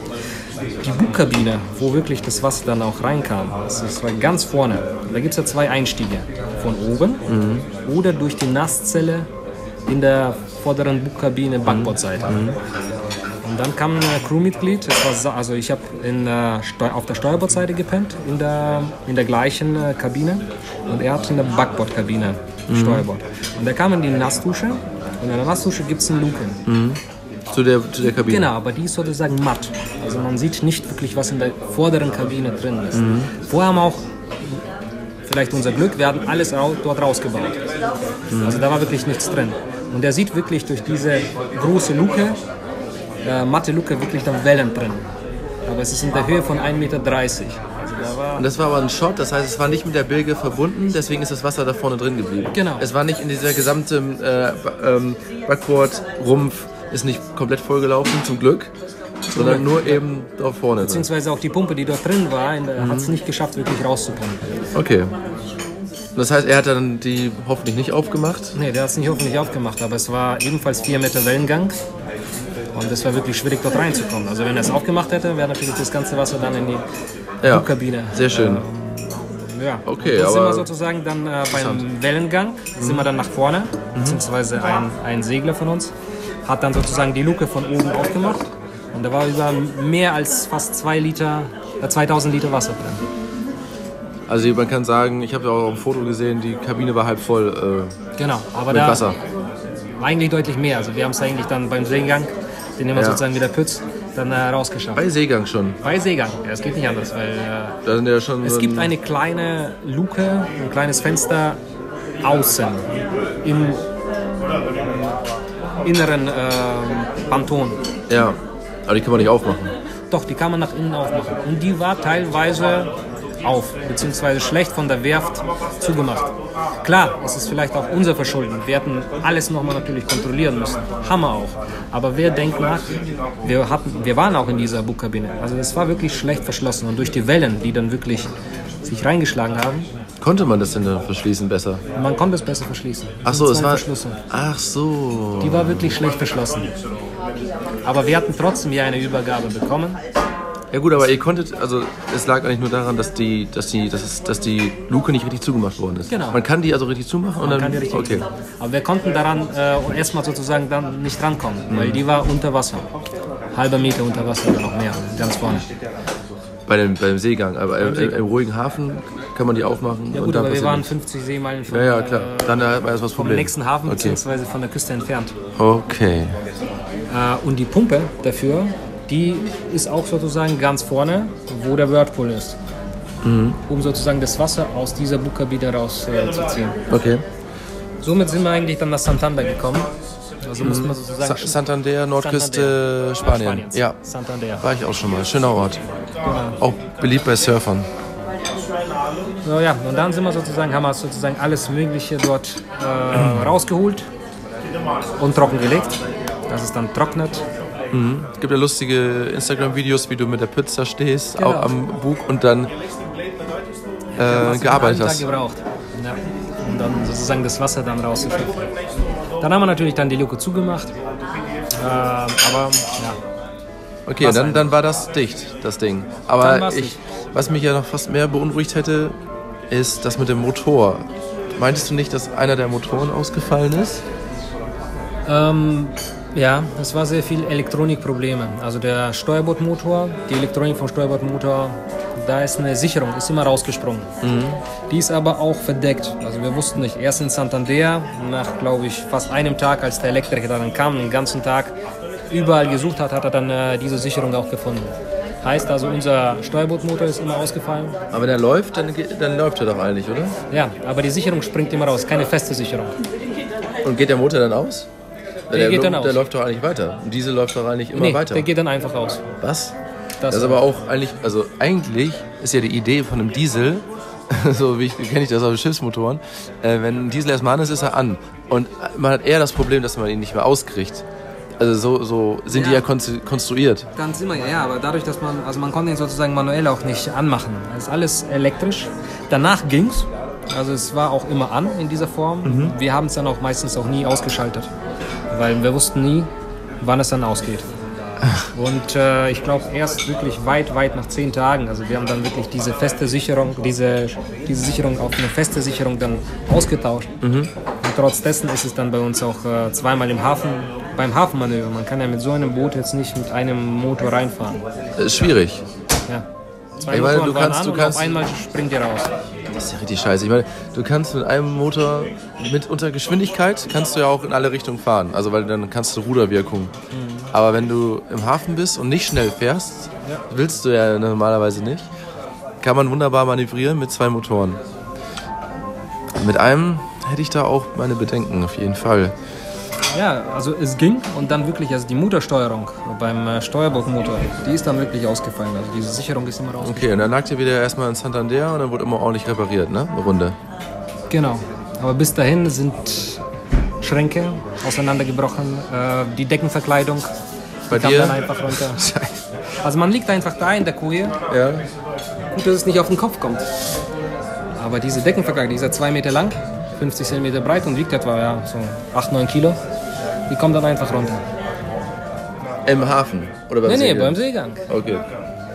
Speaker 1: Die Bugkabine, wo wirklich das Wasser dann auch reinkam, das ist- war ganz vorne. Da gibt es ja zwei Einstiege. Von oben
Speaker 2: Mhm.
Speaker 1: oder durch die Nasszelle in der vorderen Bugkabine
Speaker 2: Mhm.
Speaker 1: Backbordseite. Und dann kam ein Crewmitglied, das war, Sa- also ich habe auf der Steuerbordseite gepennt, in der, in der gleichen äh, Kabine. Und er hat in der Backbordkabine, Steuerbord. Und er kam in die Nassdusche und in der Nassdusche gibt es eine Luke.
Speaker 2: Zu der, zu der Kabine.
Speaker 1: Genau, aber die ist sozusagen matt. Also man sieht nicht wirklich, was in der vorderen Kabine drin ist. Vorher haben wir auch, vielleicht unser Glück, wir hatten alles rau dort rausgebaut. Also da war wirklich nichts drin. Und er sieht wirklich durch diese große Luke, äh, matte Luke, wirklich dann Wellen drin. Aber es ist in der Höhe von 1,30 Meter. Also da war
Speaker 2: Und das war aber ein Shot, das heißt, es war nicht mit der Bilge verbunden, deswegen ist das Wasser da vorne drin geblieben.
Speaker 1: Genau.
Speaker 2: Es war nicht in dieser gesamten äh, ba- ähm, Backboard-Rumpf, ist nicht komplett vollgelaufen, zum Glück, sondern nur eben da vorne. Drin.
Speaker 1: Beziehungsweise auch die Pumpe, die dort drin war, hat es nicht geschafft, wirklich rauszupumpen.
Speaker 2: Okay. Und das heißt, er hat dann die hoffentlich nicht aufgemacht.
Speaker 1: Nee, der hat es nicht hoffentlich aufgemacht, aber es war ebenfalls 4 Meter Wellengang. Und es war wirklich schwierig, dort reinzukommen. Also wenn er es aufgemacht hätte, wäre natürlich das ganze Wasser dann in die
Speaker 2: Ja.
Speaker 1: Kabine.
Speaker 2: Sehr schön.
Speaker 1: Ja.
Speaker 2: Okay,
Speaker 1: Und dort sind
Speaker 2: aber- Mhm.
Speaker 1: wir sozusagen dann äh, beim Wellengang, sind wir dann nach vorne, beziehungsweise ein, ein Segler von uns hat dann sozusagen die Luke von oben aufgemacht. Und da war über mehr als fast zwei Liter, äh, 2000 Liter Wasser drin.
Speaker 2: Also man kann sagen, ich habe ja auch ein Foto gesehen, die Kabine war halb voll
Speaker 1: Genau, aber
Speaker 2: äh, mit
Speaker 1: da
Speaker 2: Wasser.
Speaker 1: eigentlich deutlich mehr. Also wir haben es eigentlich dann beim Seegang, den nehmen wir
Speaker 2: Ja.
Speaker 1: sozusagen wieder Pütz, dann äh, rausgeschafft.
Speaker 2: Bei Seegang schon.
Speaker 1: Bei Seegang, ja, es geht nicht anders, weil
Speaker 2: Da sind ja schon
Speaker 1: äh, es
Speaker 2: so
Speaker 1: gibt
Speaker 2: ein-
Speaker 1: eine kleine Luke, ein kleines Fenster außen im inneren ähm, Panton.
Speaker 2: Ja, aber die kann man nicht aufmachen.
Speaker 1: Doch, die kann man nach innen aufmachen. Und die war teilweise auf, beziehungsweise schlecht von der Werft zugemacht. Klar, es ist vielleicht auch unser Verschulden. Wir hätten alles nochmal natürlich kontrollieren müssen. Hammer auch. Aber wer denkt nach, wir, hatten, wir waren auch in dieser Bugkabine. Also das war wirklich schlecht verschlossen. Und durch die Wellen, die dann wirklich sich reingeschlagen haben,
Speaker 2: Konnte man das denn dann verschließen besser?
Speaker 1: man konnte es besser verschließen.
Speaker 2: Ach
Speaker 1: Mit
Speaker 2: so, es
Speaker 1: zwei
Speaker 2: war.
Speaker 1: Verschlüsse.
Speaker 2: Ach so.
Speaker 1: Die war wirklich schlecht verschlossen. Aber wir hatten trotzdem ja eine Übergabe bekommen.
Speaker 2: Ja gut, aber ihr konntet, also es lag eigentlich nur daran, dass die, dass die, dass es, dass die Luke nicht richtig zugemacht worden ist.
Speaker 1: Genau.
Speaker 2: Man kann die also richtig zumachen und dann.
Speaker 1: Kann die richtig
Speaker 2: okay.
Speaker 1: Aber wir konnten daran äh, erstmal sozusagen dann nicht rankommen,
Speaker 2: Mhm.
Speaker 1: weil die war unter Wasser. Halber Meter unter Wasser oder noch mehr, ganz vorne.
Speaker 2: Bei dem, beim Seegang, aber im, im, im ruhigen Hafen kann man die aufmachen
Speaker 1: Ja,
Speaker 2: und
Speaker 1: gut,
Speaker 2: dann
Speaker 1: aber wir
Speaker 2: passiert
Speaker 1: waren
Speaker 2: nichts.
Speaker 1: 50 Seemeilen von,
Speaker 2: Ja, ja,
Speaker 1: äh,
Speaker 2: klar. Dann hat man erst was
Speaker 1: vom
Speaker 2: Problem.
Speaker 1: nächsten Hafen
Speaker 2: Okay.
Speaker 1: beziehungsweise von der Küste entfernt.
Speaker 2: okay.
Speaker 1: Äh, und die Pumpe dafür, die ist auch sozusagen ganz vorne, wo der Whirlpool ist.
Speaker 2: Mhm.
Speaker 1: Um sozusagen das Wasser aus dieser Bugkabine rauszuziehen. Äh, zu ziehen.
Speaker 2: Okay.
Speaker 1: Somit sind wir eigentlich dann nach Santander gekommen. Also mussten wir sozusagen
Speaker 2: Mhm. Sa Santander, Nordküste, Spanien.
Speaker 1: Spaniens.
Speaker 2: Ja.
Speaker 1: Santander.
Speaker 2: War ich auch schon mal. Schöner Ort.
Speaker 1: Genau.
Speaker 2: Auch beliebt bei Surfern.
Speaker 1: So, ja, und dann sind wir sozusagen, haben wir sozusagen alles Mögliche dort äh, rausgeholt und trockengelegt, dass es dann
Speaker 2: Äh,
Speaker 1: trocknet.
Speaker 2: Es gibt ja lustige Instagram-Videos, wie du mit der Pizza stehst,
Speaker 1: Genau.
Speaker 2: auch am Bug und dann äh, gearbeitet
Speaker 1: Einen Tag
Speaker 2: hast.
Speaker 1: gebraucht. Ja. Und dann sozusagen das Wasser dann rausgeschöpft. Dann haben wir natürlich dann die Luke zugemacht. Äh, aber ja,
Speaker 2: Okay,
Speaker 1: Was
Speaker 2: dann,
Speaker 1: ein-
Speaker 2: dann war das dicht, das Ding.
Speaker 1: Dann
Speaker 2: Aber
Speaker 1: war's
Speaker 2: ich,
Speaker 1: dicht.
Speaker 2: was mich ja noch fast mehr beunruhigt hätte, ist das mit dem Motor. Meintest du nicht, dass einer der Motoren ausgefallen ist?
Speaker 1: Ähm, ja, es war sehr viel Elektronikprobleme. Also der Steuerbordmotor, die Elektronik vom Steuerbordmotor, da ist eine Sicherung, ist immer rausgesprungen.
Speaker 2: Mhm.
Speaker 1: Die ist aber auch verdeckt. Also wir wussten nicht, erst in Santander, nach glaube ich fast einem Tag, als der Elektriker dann kam, den ganzen Tag überall gesucht hat, hat er dann äh, diese Sicherung auch gefunden. Heißt also, unser Steuerbordmotor ist immer ausgefallen.
Speaker 2: Aber der läuft, dann, ge- dann läuft er doch eigentlich, oder?
Speaker 1: Ja, aber die Sicherung springt immer raus, keine feste Sicherung.
Speaker 2: Und geht der Motor dann aus? Der,
Speaker 1: geht dann
Speaker 2: der
Speaker 1: aus.
Speaker 2: läuft doch eigentlich weiter. Und diese läuft doch eigentlich immer
Speaker 1: Nee,
Speaker 2: weiter.
Speaker 1: der geht dann einfach aus.
Speaker 2: Was?
Speaker 1: Das-
Speaker 2: Das, ist aber auch eigentlich, also eigentlich ist ja die Idee von einem Diesel, [LAUGHS] so wie ich kenne ich das aus den Schiffsmotoren, äh, wenn ein Diesel erstmal an ist, ist er an. Und man hat eher das Problem, dass man ihn nicht mehr auskriegt. Also so, so sind die ja
Speaker 1: Ja.
Speaker 2: konstru- konstruiert.
Speaker 1: Dann sind wir, ja, aber dadurch, dass man, also man konnte ihn sozusagen manuell auch nicht anmachen. Das ist alles elektrisch. Danach ging's, Also es war auch immer an in dieser Form. Wir haben es dann auch meistens auch nie ausgeschaltet, weil wir wussten nie, wann es dann ausgeht. Und äh, ich glaube erst wirklich weit, weit nach zehn Tagen. Also wir haben dann wirklich diese feste Sicherung, diese, diese Sicherung auf eine feste Sicherung dann ausgetauscht. Und trotz dessen ist es dann bei uns auch äh, zweimal im Hafen, beim Hafenmanöver. Man kann ja mit so einem Boot jetzt nicht mit einem Motor reinfahren.
Speaker 2: Äh, schwierig.
Speaker 1: Ja. Zwei
Speaker 2: Ich meine,
Speaker 1: Motoren
Speaker 2: du
Speaker 1: fahren
Speaker 2: kannst-
Speaker 1: an
Speaker 2: du
Speaker 1: und
Speaker 2: kannst-
Speaker 1: auf einmal springt ihr raus.
Speaker 2: Das ist ja richtig scheiße. Ich meine, du kannst mit einem Motor mit unter Geschwindigkeit kannst du ja auch in alle Richtungen fahren. Also weil dann kannst du Ruderwirkung.
Speaker 1: Mhm.
Speaker 2: Aber wenn du im Hafen bist und nicht schnell fährst, willst du ja normalerweise nicht, kann man wunderbar manövrieren mit zwei Motoren. Mit einem hätte ich da auch meine Bedenken auf jeden Fall.
Speaker 1: Ja, also es ging und dann wirklich, also die Motorsteuerung beim äh, Steuerbordmotor, die ist dann wirklich ausgefallen. Also diese Sicherung ist immer raus.
Speaker 2: Okay, und dann lag ihr wieder erstmal in Santander und dann wurde immer ordentlich repariert, ne? Eine Runde.
Speaker 1: Genau. Aber bis dahin sind Schränke auseinandergebrochen, äh, die Deckenverkleidung
Speaker 2: Bei
Speaker 1: die kam
Speaker 2: dir?
Speaker 1: dann einfach
Speaker 2: [LAUGHS]
Speaker 1: runter. Also man liegt einfach da in der Koje,
Speaker 2: Ja.
Speaker 1: gut, dass es nicht auf den Kopf kommt. Aber diese Deckenverkleidung, die ist ja zwei Meter lang, 50 cm breit und wiegt etwa ja, so 8, 9 Kilo, die kommt dann einfach runter.
Speaker 2: Im Hafen oder beim
Speaker 1: Nee, nee,
Speaker 2: Segeln?
Speaker 1: beim Seegang.
Speaker 2: Okay.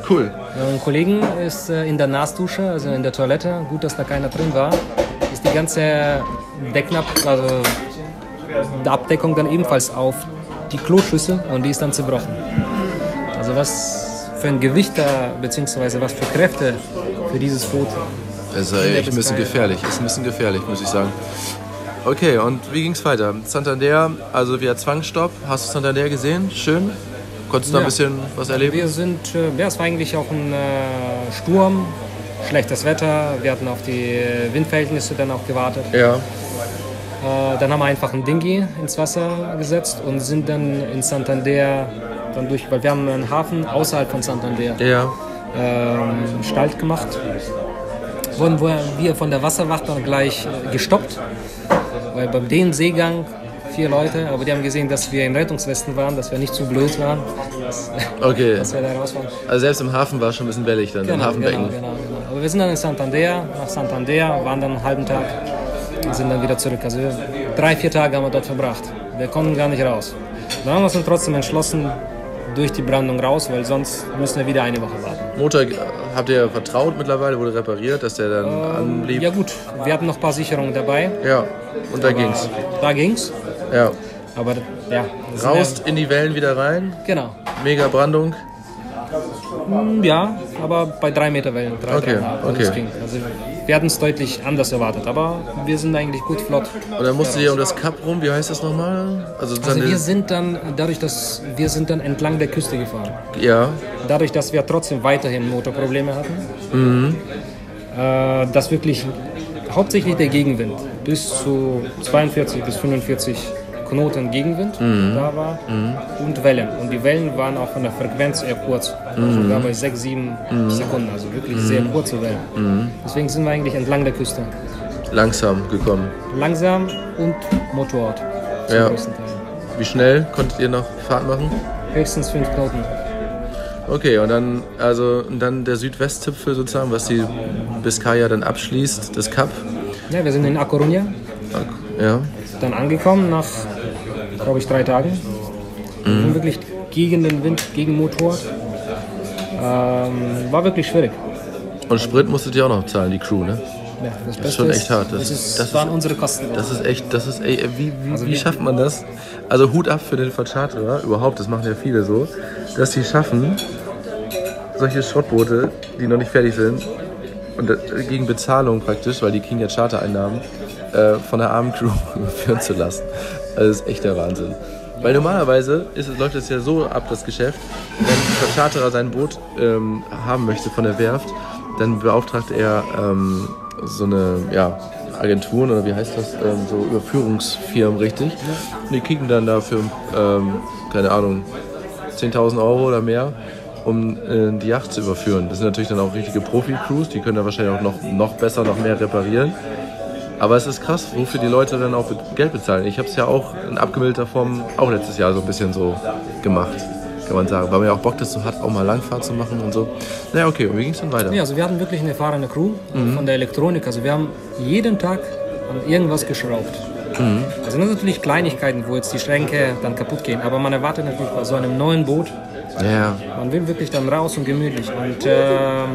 Speaker 2: Cool.
Speaker 1: Ein Kollegen ist äh, in der Nasdusche, also in der Toilette, gut, dass da keiner drin war, ist die ganze Decknab also die Abdeckung dann ebenfalls auf die Kloschüssel und die ist dann zerbrochen. Also was für ein Gewicht da, beziehungsweise was für Kräfte für dieses Boot.
Speaker 2: Es ist echt ein bisschen gefährlich. Ist ein bisschen gefährlich, muss ich sagen. Okay, und wie ging's weiter? Santander, also wieder Zwangsstopp. Hast du Santander gesehen? Schön. Konntest du da ein
Speaker 1: Ja.
Speaker 2: bisschen was erleben?
Speaker 1: Wir sind, äh, ja, es war eigentlich auch ein äh, Sturm, schlechtes Wetter, wir hatten auf die äh, Windverhältnisse dann auch gewartet.
Speaker 2: Ja.
Speaker 1: Äh, dann haben wir einfach ein Dinghy ins Wasser gesetzt und sind dann in Santander dann durch, weil wir haben einen Hafen außerhalb von Santander
Speaker 2: Ja.
Speaker 1: ähm, Stalt gemacht. Wurden wir- wir von der Wasserwacht dann gleich äh, gestoppt, weil bei dem Seegang vier Leute, aber die haben gesehen, dass wir in Rettungswesten waren, dass wir nicht zu blöd waren, dass,
Speaker 2: Okay.
Speaker 1: dass wir da raus waren.
Speaker 2: Also selbst im Hafen war schon ein bisschen wellig dann, im
Speaker 1: Genau, genau,
Speaker 2: Hafenbecken.
Speaker 1: genau, genau. Aber wir sind dann in Santander, nach Santander, waren dann einen halben Tag und sind dann wieder zurück. Also wir, drei, vier Tage haben wir dort verbracht. Wir konnten gar nicht raus. Dann haben wir uns trotzdem entschlossen, durch die Brandung raus, weil sonst müssen wir wieder eine Woche warten.
Speaker 2: Motor äh, habt ihr vertraut mittlerweile, wurde repariert, dass der dann anblieb.
Speaker 1: Ähm, Ja gut, wir hatten noch ein paar Sicherungen dabei.
Speaker 2: Ja. Und da ging's.
Speaker 1: Da ging's.
Speaker 2: Ja.
Speaker 1: Aber ja, das sind
Speaker 2: Raus in die Wellen wieder rein.
Speaker 1: Ja, genau.
Speaker 2: Mega Brandung.
Speaker 1: Hm, Ja, aber bei drei Meter Wellen, drei,
Speaker 2: Okay,
Speaker 1: dreieinhalb, also
Speaker 2: okay.
Speaker 1: es ging. Also wir hatten es deutlich anders erwartet, aber wir sind eigentlich gut flott
Speaker 2: Und dann musstet ihr um das Kap rum, wie heißt das nochmal? Also,
Speaker 1: Also
Speaker 2: Santander-
Speaker 1: wir sind dann, dadurch, dass wir sind dann entlang der Küste gefahren.
Speaker 2: ja.
Speaker 1: Dadurch, dass wir trotzdem weiterhin Motorprobleme hatten, äh, dass wirklich hauptsächlich der Gegenwind bis zu 42 bis 45 Knoten Gegenwind da war und Wellen. Und die Wellen waren auch von der Frequenz eher kurz, Also sogar bei 6, 7 Sekunden, also wirklich sehr kurze Wellen. Deswegen sind wir eigentlich entlang der Küste.
Speaker 2: langsam gekommen.
Speaker 1: Langsam und Motorrad zum
Speaker 2: Ja.
Speaker 1: größten Teil.
Speaker 2: Wie schnell konntet ihr noch Fahrt machen?
Speaker 1: Höchstens 5 Knoten.
Speaker 2: Okay, und dann, also, und dann der Südwestzipfel sozusagen, was die Biscaya dann abschließt, das Kap.
Speaker 1: Ja, wir sind in A Coruña
Speaker 2: Ja.
Speaker 1: dann angekommen nach, glaube ich, drei Tagen.
Speaker 2: Mhm.
Speaker 1: Wir sind Wirklich gegen den Wind, gegen Motor. Ähm, war wirklich schwierig.
Speaker 2: Und Sprit musstet ihr auch noch zahlen, die Crew, ne?
Speaker 1: Ja, das, Beste
Speaker 2: schon echt hart. Das
Speaker 1: Das,
Speaker 2: ist-
Speaker 1: ist,
Speaker 2: das
Speaker 1: waren
Speaker 2: ist-
Speaker 1: unsere Kosten.
Speaker 2: Das ist echt, das ist, ey, wie, wie, wie schafft man das? Also Hut ab für den Vercharterer, überhaupt, das machen ja viele so, dass die schaffen, solche Schrottboote, die noch nicht fertig sind, und äh, gegen Bezahlung praktisch, weil die kriegen ja Chartereinnahmen, äh, von der armen Crew [LAUGHS] führen zu lassen. Also das ist echt der Wahnsinn. Weil normalerweise ist, es- läuft das ja so ab, das Geschäft, wenn der Charterer sein Boot ähm, haben möchte von der Werft, dann beauftragt er ähm, so eine ja, Agenturen oder wie heißt das, ähm, so Überführungsfirmen, richtig? Und die kriegen dann dafür, ähm, keine Ahnung, 10.000 Euro oder mehr, um äh, die Yacht zu überführen. Das sind natürlich dann auch richtige Profi-Crews, die können da wahrscheinlich auch noch, noch besser, noch mehr reparieren. Aber es ist krass, wofür die Leute dann auch be- Geld bezahlen. Ich habe es ja auch in abgebildeter Form auch letztes Jahr so ein bisschen so gemacht. kann man sagen. Weil man ja auch Bock dazu hat, auch mal Langfahrt zu machen und so. Naja, okay, und wie ging es dann weiter?
Speaker 1: Ja, also wir hatten wirklich eine erfahrene Crew
Speaker 2: Mhm.
Speaker 1: von der Elektronik. Also wir haben jeden Tag an irgendwas geschraubt.
Speaker 2: Mhm.
Speaker 1: Also das sind natürlich Kleinigkeiten, wo jetzt die Schränke dann kaputt gehen. Aber man erwartet natürlich bei so einem neuen Boot,
Speaker 2: Ja,
Speaker 1: man will wirklich dann raus und gemütlich. Und ähm,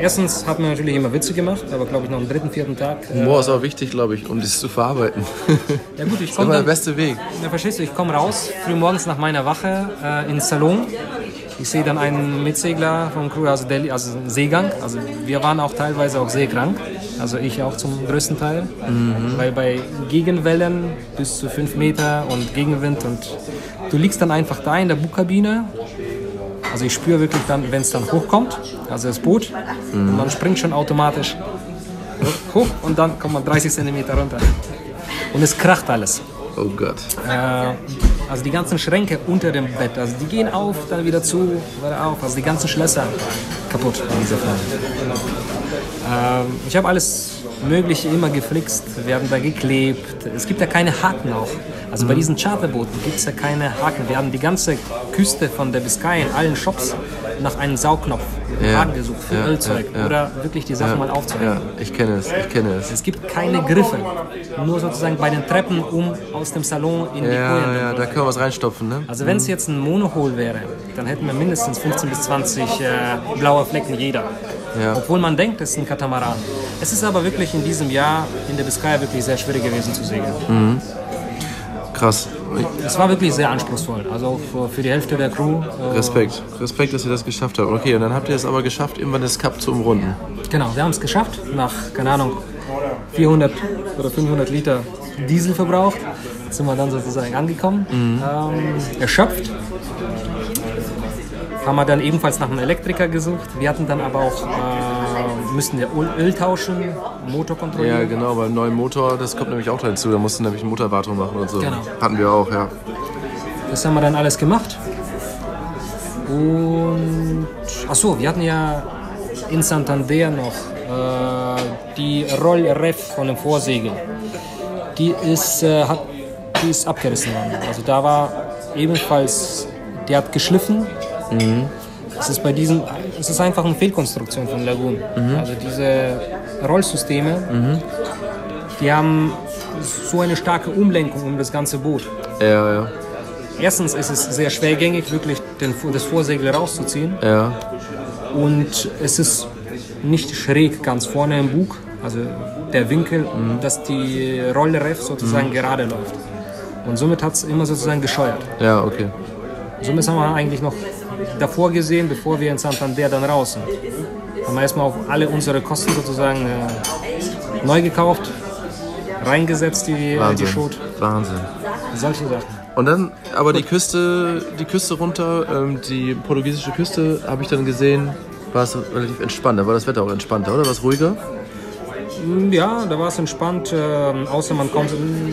Speaker 1: erstens hat man natürlich immer Witze gemacht, aber glaube ich noch am dritten, vierten Tag. Äh,
Speaker 2: Humor ist auch wichtig, glaube ich, um das zu verarbeiten.
Speaker 1: ja gut, ich
Speaker 2: Das ist
Speaker 1: komme
Speaker 2: immer der
Speaker 1: dann,
Speaker 2: beste Weg.
Speaker 1: Na, verstehst du, ich komme raus, früh morgens nach meiner Wache äh, ins Salon. Ich sehe dann einen Mitsegler vom Crew, also, der, also einen Seegang. Also wir waren auch teilweise auch seekrank. Also ich auch zum größten Teil. Weil bei Gegenwellen bis zu 5 Meter und Gegenwind und du liegst dann einfach da in der Bugkabine. Also ich spüre wirklich dann, wenn es dann hochkommt, also das Boot, und man springt schon automatisch hoch und dann kommt man 30 Zentimeter runter. Und es kracht alles.
Speaker 2: Oh Gott.
Speaker 1: Äh, also die ganzen Schränke unter dem Bett, also die gehen auf, dann wieder zu, wieder auf. Also die ganzen Schlösser kaputt in dieser Fall. Ähm, ich habe alles Mögliche immer geflixt, wir haben da geklebt. Es gibt ja keine Haken auch. Also
Speaker 2: Mhm.
Speaker 1: bei diesen Charterbooten gibt es ja keine Haken. Wir haben die ganze Küste von der Biscay in allen Shops nach einem Saugnopf
Speaker 2: Ja,
Speaker 1: Haken gesucht für
Speaker 2: ja,
Speaker 1: Ölzeug
Speaker 2: ja, ja.
Speaker 1: oder wirklich die Sachen mal aufzuhängen.
Speaker 2: Ja, ich kenne es, ich kenne es.
Speaker 1: Es gibt keine Griffe, nur sozusagen bei den Treppen um aus dem Salon in die
Speaker 2: Ja,
Speaker 1: Kujen.
Speaker 2: ja, da können wir was reinstopfen, ne?
Speaker 1: Also wenn es jetzt ein Monohol wäre, dann hätten wir mindestens 15 bis 20 äh, blaue Flecken jeder.
Speaker 2: Ja.
Speaker 1: Obwohl man denkt, es ist ein Katamaran. Es ist aber wirklich in diesem Jahr in der Biscay wirklich sehr schwierig gewesen zu segeln.
Speaker 2: Krass.
Speaker 1: Es war wirklich sehr anspruchsvoll. Also für, für die Hälfte der Crew. äh,
Speaker 2: Respekt. Respekt, dass ihr das geschafft habt. Okay, und dann habt ihr es aber geschafft, irgendwann das Cup zu umrunden.
Speaker 1: Genau, wir haben es geschafft, nach, keine Ahnung, 400 oder 500 Liter Diesel verbraucht, sind wir dann sozusagen angekommen, ähm, erschöpft. Haben wir dann ebenfalls nach einem Elektriker gesucht. Wir hatten dann aber auch, äh, müssen wir Öl, Öl tauschen, Motor
Speaker 2: Ja,
Speaker 1: kontrollieren.
Speaker 2: genau, beim neuen Motor, das kommt nämlich auch dazu. Da musst du nämlich eine Motorwartung machen und so.
Speaker 1: Genau.
Speaker 2: Hatten wir auch, ja.
Speaker 1: Das haben wir dann alles gemacht. Und, achso, wir hatten ja in Santander noch äh, die Rollref von dem Vorsegel. Die ist, äh, hat, die ist abgerissen worden. Also da war ebenfalls, die hat geschliffen. Es ist bei diesem, es ist einfach eine Fehlkonstruktion von Lagoon. Also diese Rollsysteme, die haben so eine starke Umlenkung um das ganze Boot.
Speaker 2: Ja, ja.
Speaker 1: Erstens ist es sehr schwergängig, wirklich den, das Vorsegel rauszuziehen.
Speaker 2: Ja,
Speaker 1: Und es ist nicht schräg ganz vorne im Bug, also der Winkel, dass die Rollref sozusagen gerade läuft. Und somit hat es immer sozusagen gescheuert.
Speaker 2: ja, okay.
Speaker 1: Somit haben wir eigentlich noch davor gesehen, bevor wir in Santander dann raus sind. Haben wir erstmal auf alle unsere Kosten sozusagen äh, neu gekauft, reingesetzt die, äh, die
Speaker 2: Wahnsinn.
Speaker 1: Schot,
Speaker 2: Wahnsinn.
Speaker 1: solche Sachen.
Speaker 2: Und dann, aber die Küste, die Küste runter, ähm, die portugiesische Küste, habe ich dann gesehen, war es relativ entspannt. Da war das Wetter auch entspannter, oder? War es ruhiger?
Speaker 1: Hm, Ja, da war es entspannt, ähm, außer man kommt. ähm,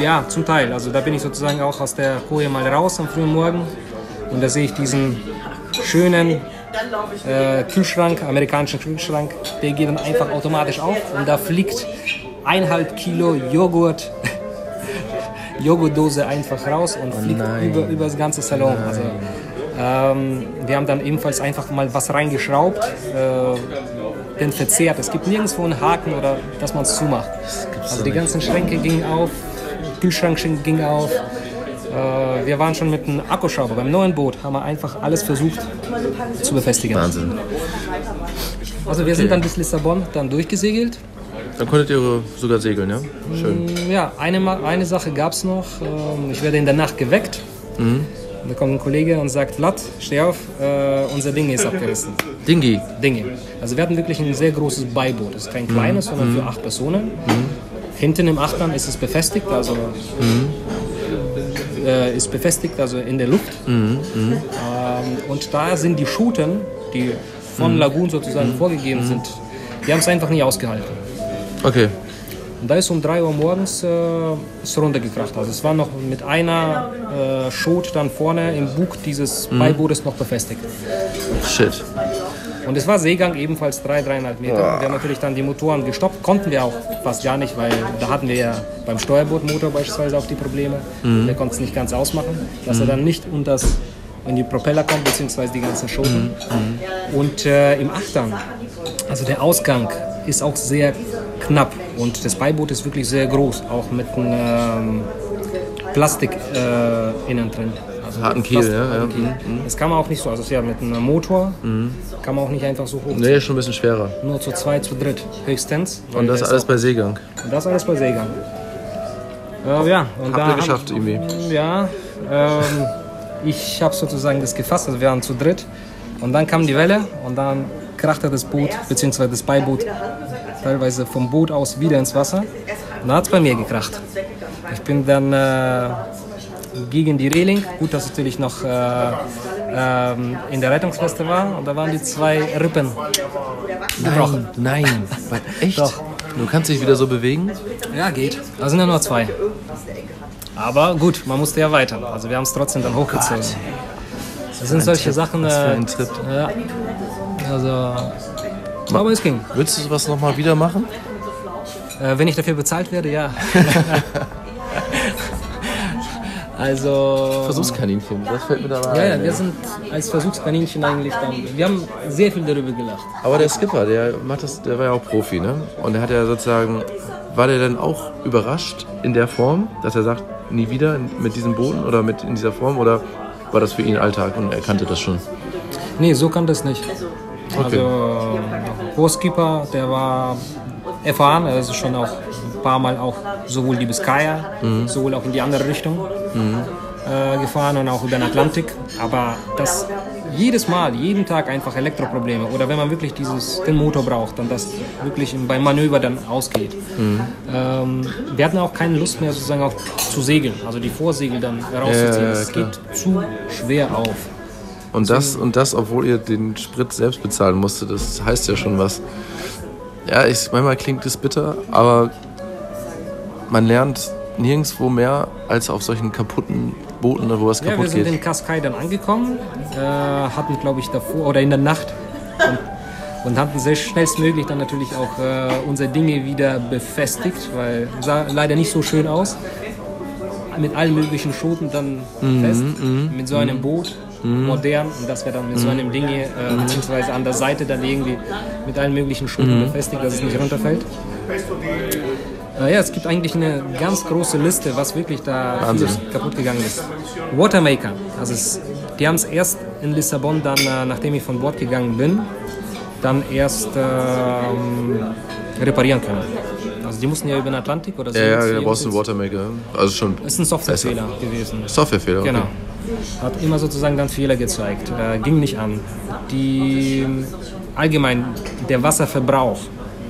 Speaker 1: Ja, zum Teil. Also da bin ich sozusagen auch aus der Koje mal raus am frühen Morgen und da sehe ich diesen schönen äh, Kühlschrank, amerikanischen Kühlschrank. Der geht dann einfach automatisch auf und da fliegt eineinhalb Kilo Joghurt, [LAUGHS] Joghurtdose einfach raus und fliegt
Speaker 2: nein.
Speaker 1: über, über das ganze Salon. Also, ähm, wir haben dann ebenfalls einfach mal was reingeschraubt. Äh, denn verzehrt. Es gibt nirgendwo einen Haken oder dass man es zumacht. Also die ganzen Schränke gingen auf, Kühlschrank schien- ging auf. Äh, wir waren schon mit einem Akkuschrauber beim neuen Boot, haben wir einfach alles versucht zu befestigen.
Speaker 2: Wahnsinn.
Speaker 1: Also wir sind dann bis Lissabon dann durchgesegelt.
Speaker 2: Dann konntet ihr sogar segeln, ja? Schön.
Speaker 1: Ja, eine, Ma- eine Sache gab es noch. Ähm, Ich werde in der Nacht geweckt. Da kommt ein Kollege und sagt, Vlad, steh auf, äh, unser Ding ist abgerissen.
Speaker 2: Dingi.
Speaker 1: Dinge. Also wir hatten wirklich ein sehr großes Beiboot. Es ist kein kleines, sondern für acht Personen. Hinten im Achtern ist es befestigt, also äh, ist befestigt, also in der Luft. Ähm, und da sind die Schuten, die von Lagoon sozusagen vorgegeben sind, die haben es einfach nie ausgehalten.
Speaker 2: Okay.
Speaker 1: Und da ist um 3 Uhr morgens äh, ist runtergekracht. Also es war noch mit einer äh, Schot dann vorne im Bug dieses Beibootes noch befestigt.
Speaker 2: Shit.
Speaker 1: Und es war Seegang ebenfalls drei, dreieinhalb Meter. Wir haben natürlich dann die Motoren gestoppt, konnten wir auch fast gar nicht, weil da hatten wir ja beim Steuerbootmotor beispielsweise auch die Probleme.
Speaker 2: Mhm.
Speaker 1: Wir konnten es nicht ganz ausmachen, dass er dann nicht unters in die Propeller kommt, beziehungsweise die ganzen Schoten.
Speaker 2: Mhm.
Speaker 1: Und äh, im Achtern, also der Ausgang ist auch sehr knapp und das Beiboot ist wirklich sehr groß, auch mit einem ähm, Plastik äh, innen drin. Also
Speaker 2: Harten Kiel,
Speaker 1: Plastik-
Speaker 2: ja, Mhm. ja.
Speaker 1: harten Kiel. Das kann man auch nicht so, also es ist ja mit einem Motor, kann man auch nicht einfach so hoch.
Speaker 2: Nee, ist schon ein bisschen schwerer.
Speaker 1: Nur zu zwei, zu dritt höchstens. weil
Speaker 2: Und das
Speaker 1: der ist
Speaker 2: alles bei Seegang.
Speaker 1: und das alles bei Seegang. Äh, ja, und
Speaker 2: Habt
Speaker 1: da
Speaker 2: ihr
Speaker 1: haben-
Speaker 2: geschafft irgendwie.
Speaker 1: Ja, ähm, ich habe sozusagen das gefasst, also wir waren zu dritt. Und dann kam die Welle und dann krachte das Boot, beziehungsweise das Beiboot, teilweise vom Boot aus wieder ins Wasser. Und da hat es bei mir gekracht. Ich bin dann äh, gegen die Reling, gut, dass ich natürlich noch äh, ähm, in der Rettungsweste war, und da waren die zwei Rippen gebrochen.
Speaker 2: Nein, weil echt?
Speaker 1: Doch.
Speaker 2: Du kannst dich wieder so bewegen?
Speaker 1: Ja, geht. Da sind ja nur zwei. Aber gut, man musste ja weiter. Also wir haben es trotzdem dann hochgezogen. Das sind solche
Speaker 2: Trip.
Speaker 1: Sachen.
Speaker 2: Was für
Speaker 1: äh,
Speaker 2: ein Trip.
Speaker 1: Ja. Also. Aber es ging.
Speaker 2: Würdest du sowas nochmal wieder machen?
Speaker 1: Äh, wenn ich dafür bezahlt werde, [LAUGHS] ja. also.
Speaker 2: Versuchskaninchen, das fällt mir da mal
Speaker 1: Ja, ja,
Speaker 2: ein,
Speaker 1: wir
Speaker 2: ey.
Speaker 1: sind als Versuchskaninchen eigentlich dann. Wir haben sehr viel darüber gelacht.
Speaker 2: Aber der Skipper, der macht das, der war ja auch Profi, ne? Und der hat ja sozusagen, war der dann auch überrascht in der Form, dass er sagt, nie wieder mit diesem Boden oder mit in dieser Form oder war das für ihn Alltag und er kannte das schon?
Speaker 1: Nee, so kann das nicht.
Speaker 2: Okay.
Speaker 1: Also Großkeeper, der war erfahren, also schon auch ein paar Mal auch sowohl die Biskaya,
Speaker 2: Mhm.
Speaker 1: sowohl auch in die andere Richtung äh, gefahren und auch über den Atlantik. Aber das jedes Mal, jeden Tag einfach Elektroprobleme oder wenn man wirklich dieses, den Motor braucht und das wirklich im- beim Manöver dann ausgeht.
Speaker 2: Mhm.
Speaker 1: Ähm, wir hatten auch keine Lust mehr sozusagen auch zu segeln, also die Vorsegel dann
Speaker 2: Ja,
Speaker 1: rauszuziehen.
Speaker 2: ja, ja,
Speaker 1: Es
Speaker 2: klar.
Speaker 1: geht zu schwer auf.
Speaker 2: Und das, und das, obwohl ihr den Sprit selbst bezahlen musstet, das heißt ja schon was. Ja, ich, manchmal klingt es bitter, aber man lernt nirgendwo mehr als auf solchen kaputten Booten, wo was
Speaker 1: Ja, wir
Speaker 2: kaputt
Speaker 1: sind in
Speaker 2: geht.
Speaker 1: Cascais dann angekommen, äh, hatten glaube ich davor oder in der Nacht und, und hatten sehr schnellstmöglich dann natürlich auch äh, unsere Dinge wieder befestigt, weil sah leider nicht so schön aus. Mit allen möglichen Schoten dann
Speaker 2: Mhm,
Speaker 1: fest, mit so einem Boot, modern, und dass wir dann
Speaker 2: Mhm.
Speaker 1: mit so einem Ding hier, äh, beziehungsweise an der Seite dann irgendwie mit allen möglichen Schoten
Speaker 2: Mhm.
Speaker 1: befestigt, dass es nicht runterfällt. Äh, ja, es gibt eigentlich eine ganz große Liste, was wirklich da
Speaker 2: Wahnsinn.
Speaker 1: vieles kaputt gegangen ist. Watermaker, also es, die haben es erst in Lissabon, dann äh, nachdem ich von Bord gegangen bin, dann erst ähm, reparieren können. Also die mussten ja über den Atlantik oder so.
Speaker 2: Ja, ja, da
Speaker 1: irgendwie
Speaker 2: brauchst du einen
Speaker 1: ins-
Speaker 2: Watermaker. Also schon
Speaker 1: Es ist ein Softwarefehler gewesen.
Speaker 2: Softwarefehler. okay.
Speaker 1: Genau. Hat immer sozusagen dann Fehler gezeigt. Äh, ging nicht an. Die allgemein der Wasserverbrauch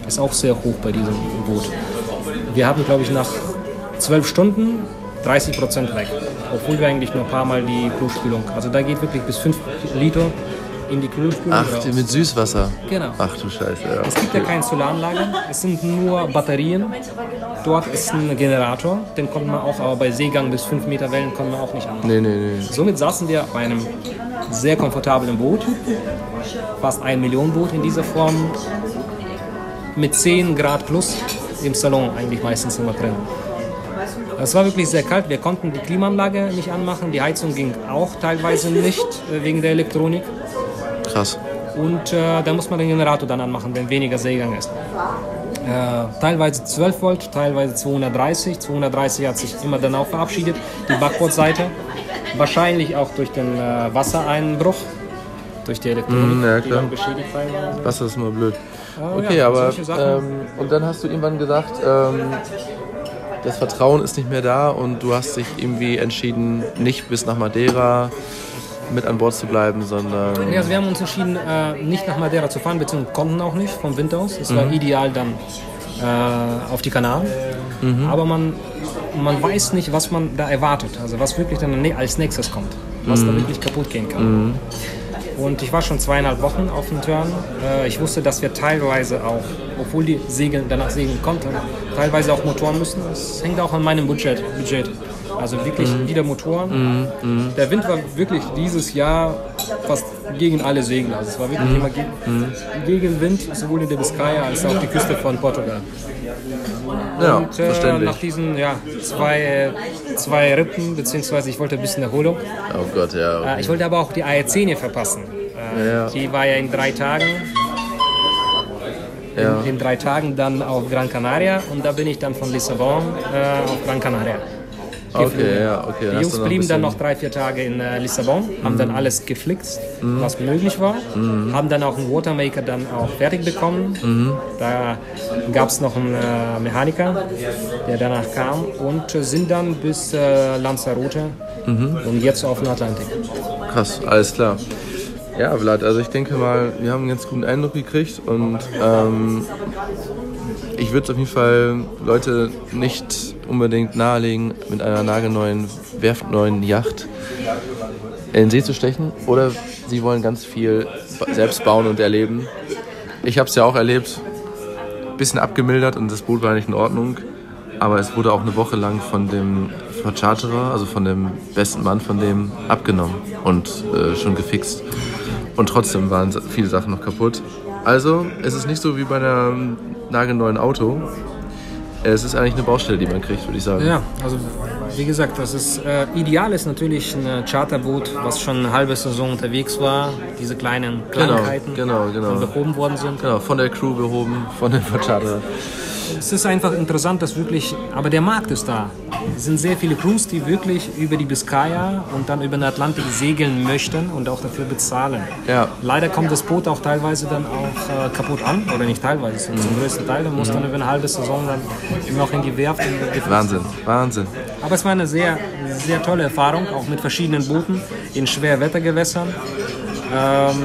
Speaker 1: ist auch sehr hoch bei diesem Boot. Wir hatten, glaube ich, nach zwölf Stunden 30 Prozent weg. Obwohl wir eigentlich nur ein paar Mal die Klospülung. Also da geht wirklich bis 5 Liter in die Klospülung.
Speaker 2: Ach,
Speaker 1: raus.
Speaker 2: die mit Süßwasser.
Speaker 1: Genau.
Speaker 2: Ach du Scheiße, ja.
Speaker 1: Es gibt ja keine Solaranlage, es sind nur Batterien. Dort ist ein Generator, den konnten wir auch, aber bei Seegang bis 5 Meter Wellen konnten wir auch nicht an.
Speaker 2: Nee, nee, nee.
Speaker 1: Somit saßen wir bei einem sehr komfortablen Boot, fast ein Millionen Boot in dieser Form, mit 10 Grad plus im Salon eigentlich meistens immer drin. Es war wirklich sehr kalt, wir konnten die Klimaanlage nicht anmachen, die Heizung ging auch teilweise nicht äh, wegen der Elektronik
Speaker 2: Krass.
Speaker 1: und äh, da muss man den Generator dann anmachen, wenn weniger Seegang ist. Äh, teilweise 12 Volt, teilweise 230. 230 hat sich immer dann auch verabschiedet, die Backbordseite. Wahrscheinlich auch durch den äh, Wassereinbruch, durch die Elektronik,
Speaker 2: Mm, ja,
Speaker 1: die
Speaker 2: klar.
Speaker 1: dann beschädigt sein war.
Speaker 2: Wasser ist immer blöd.
Speaker 1: Ah,
Speaker 2: Okay,
Speaker 1: ja,
Speaker 2: aber
Speaker 1: solche Sachen.
Speaker 2: ähm, und dann hast du irgendwann gesagt, ähm, das Vertrauen ist nicht mehr da und du hast dich irgendwie entschieden, nicht bis nach Madeira mit an Bord zu bleiben, sondern
Speaker 1: Ja, also wir haben uns entschieden, äh, nicht nach Madeira zu fahren, beziehungsweise konnten auch nicht vom Winter aus. Es war ideal dann äh, auf die Kanaren. Aber man, man weiß nicht, was man da erwartet, also was wirklich dann ne- als nächstes kommt, was da wirklich kaputt gehen kann. Und ich war schon zweieinhalb Wochen auf den Turn. Äh, ich wusste, dass wir teilweise auch, obwohl die Segeln danach segeln konnten, teilweise auch Motoren müssen. Das hängt auch an meinem Budget. Budget. Also wirklich wieder Motor. Der Wind war wirklich dieses Jahr fast gegen alle Segel. Also es war wirklich
Speaker 2: Mhm.
Speaker 1: immer ge gegen Wind, sowohl in der Biscaya als auch die Küste von Portugal.
Speaker 2: Ja,
Speaker 1: Und äh, nach diesen ja, zwei, äh, zwei Rippen, beziehungsweise ich wollte ein bisschen Erholung.
Speaker 2: Oh Gott, ja.
Speaker 1: Äh, Ich wollte aber auch die AEC verpassen. Äh,
Speaker 2: Ja.
Speaker 1: Die war ja in drei Tagen
Speaker 2: ja.
Speaker 1: in drei Tagen dann auf Gran Canaria und da bin ich dann von Lissabon äh, auf Gran Canaria.
Speaker 2: Okay, ja, okay.
Speaker 1: Die
Speaker 2: hast
Speaker 1: Jungs
Speaker 2: du
Speaker 1: blieben dann
Speaker 2: ein Mhm.
Speaker 1: noch drei, vier Tage in äh, Lissabon, haben dann alles geflixt, was möglich war, haben dann auch einen Watermaker dann auch fertig bekommen.
Speaker 2: Mhm.
Speaker 1: Da gab es noch einen äh, Mechaniker, der danach kam und äh, sind dann bis äh, Lanzarote
Speaker 2: Mhm.
Speaker 1: und jetzt auf den Atlantik.
Speaker 2: bisschen- Krass, alles klar. Ja, Vlad, also ich denke mal, wir haben einen ganz guten Eindruck gekriegt und ähm, ich würde auf jeden Fall Leute nicht unbedingt nahelegen, mit einer nagelneuen, werftneuen Yacht in den See zu stechen oder sie wollen ganz viel ba- selbst bauen und erleben. Ich habe es ja auch erlebt, bisschen abgemildert und das Boot war nicht in Ordnung, aber es wurde auch eine Woche lang von dem von Charterer, also von dem besten Mann von dem, abgenommen und äh, schon gefixt. Und trotzdem waren sa- viele Sachen noch kaputt. Also es ist nicht so wie bei einem nagelneuen Auto. Es ist eigentlich eine Baustelle, die man kriegt, würde ich sagen.
Speaker 1: Ja, also wie gesagt, das ist äh, ideal ist natürlich ein äh, Charterboot, was schon eine halbe Saison unterwegs war, diese kleinen Kleinigkeiten
Speaker 2: genau, genau.
Speaker 1: die behoben worden sind.
Speaker 2: Genau, von der Crew behoben, von dem von Charterer.
Speaker 1: Es ist einfach interessant, dass wirklich, aber der Markt ist da. Es sind sehr viele Crews, die wirklich über die Biskaya und dann über den Atlantik segeln möchten und auch dafür bezahlen.
Speaker 2: Ja.
Speaker 1: Leider kommt das Boot auch teilweise dann auch äh, kaputt an, oder nicht teilweise,
Speaker 2: Mhm.
Speaker 1: zum größten Teil. Man muss dann über eine halbe Saison dann noch in die Werft. und gefixt
Speaker 2: Wahnsinn, Wahnsinn.
Speaker 1: Aber es war eine sehr, sehr tolle Erfahrung, auch mit verschiedenen Booten in Schwerwettergewässern. Ähm,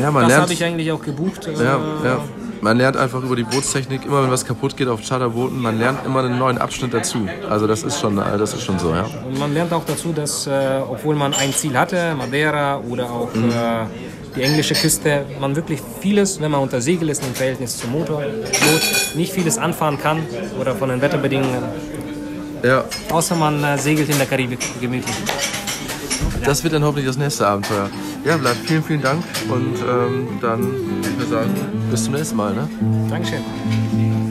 Speaker 2: Ja, man
Speaker 1: das
Speaker 2: lernt.
Speaker 1: habe ich eigentlich auch gebucht. äh,
Speaker 2: Ja, ja. Man lernt einfach über die Bootstechnik, immer wenn was kaputt geht auf Charterbooten, man lernt immer einen neuen Abschnitt dazu. Also das ist schon, äh, das ist schon so, ja.
Speaker 1: Und man lernt auch dazu, dass äh, obwohl man ein Ziel hatte, Madeira oder auch äh, die englische Küste, man wirklich vieles, wenn man unter Segel ist im Verhältnis zum Motor, Boot, nicht vieles anfahren kann oder von den Wetterbedingungen,
Speaker 2: Ja,
Speaker 1: außer man äh, segelt in der Karibik gemütlich.
Speaker 2: das wird dann hoffentlich das nächste Abenteuer. Ja, Vlad, vielen, vielen Dank und ähm, dann würde ich sagen, bis zum nächsten Mal, ne?
Speaker 1: Dankeschön.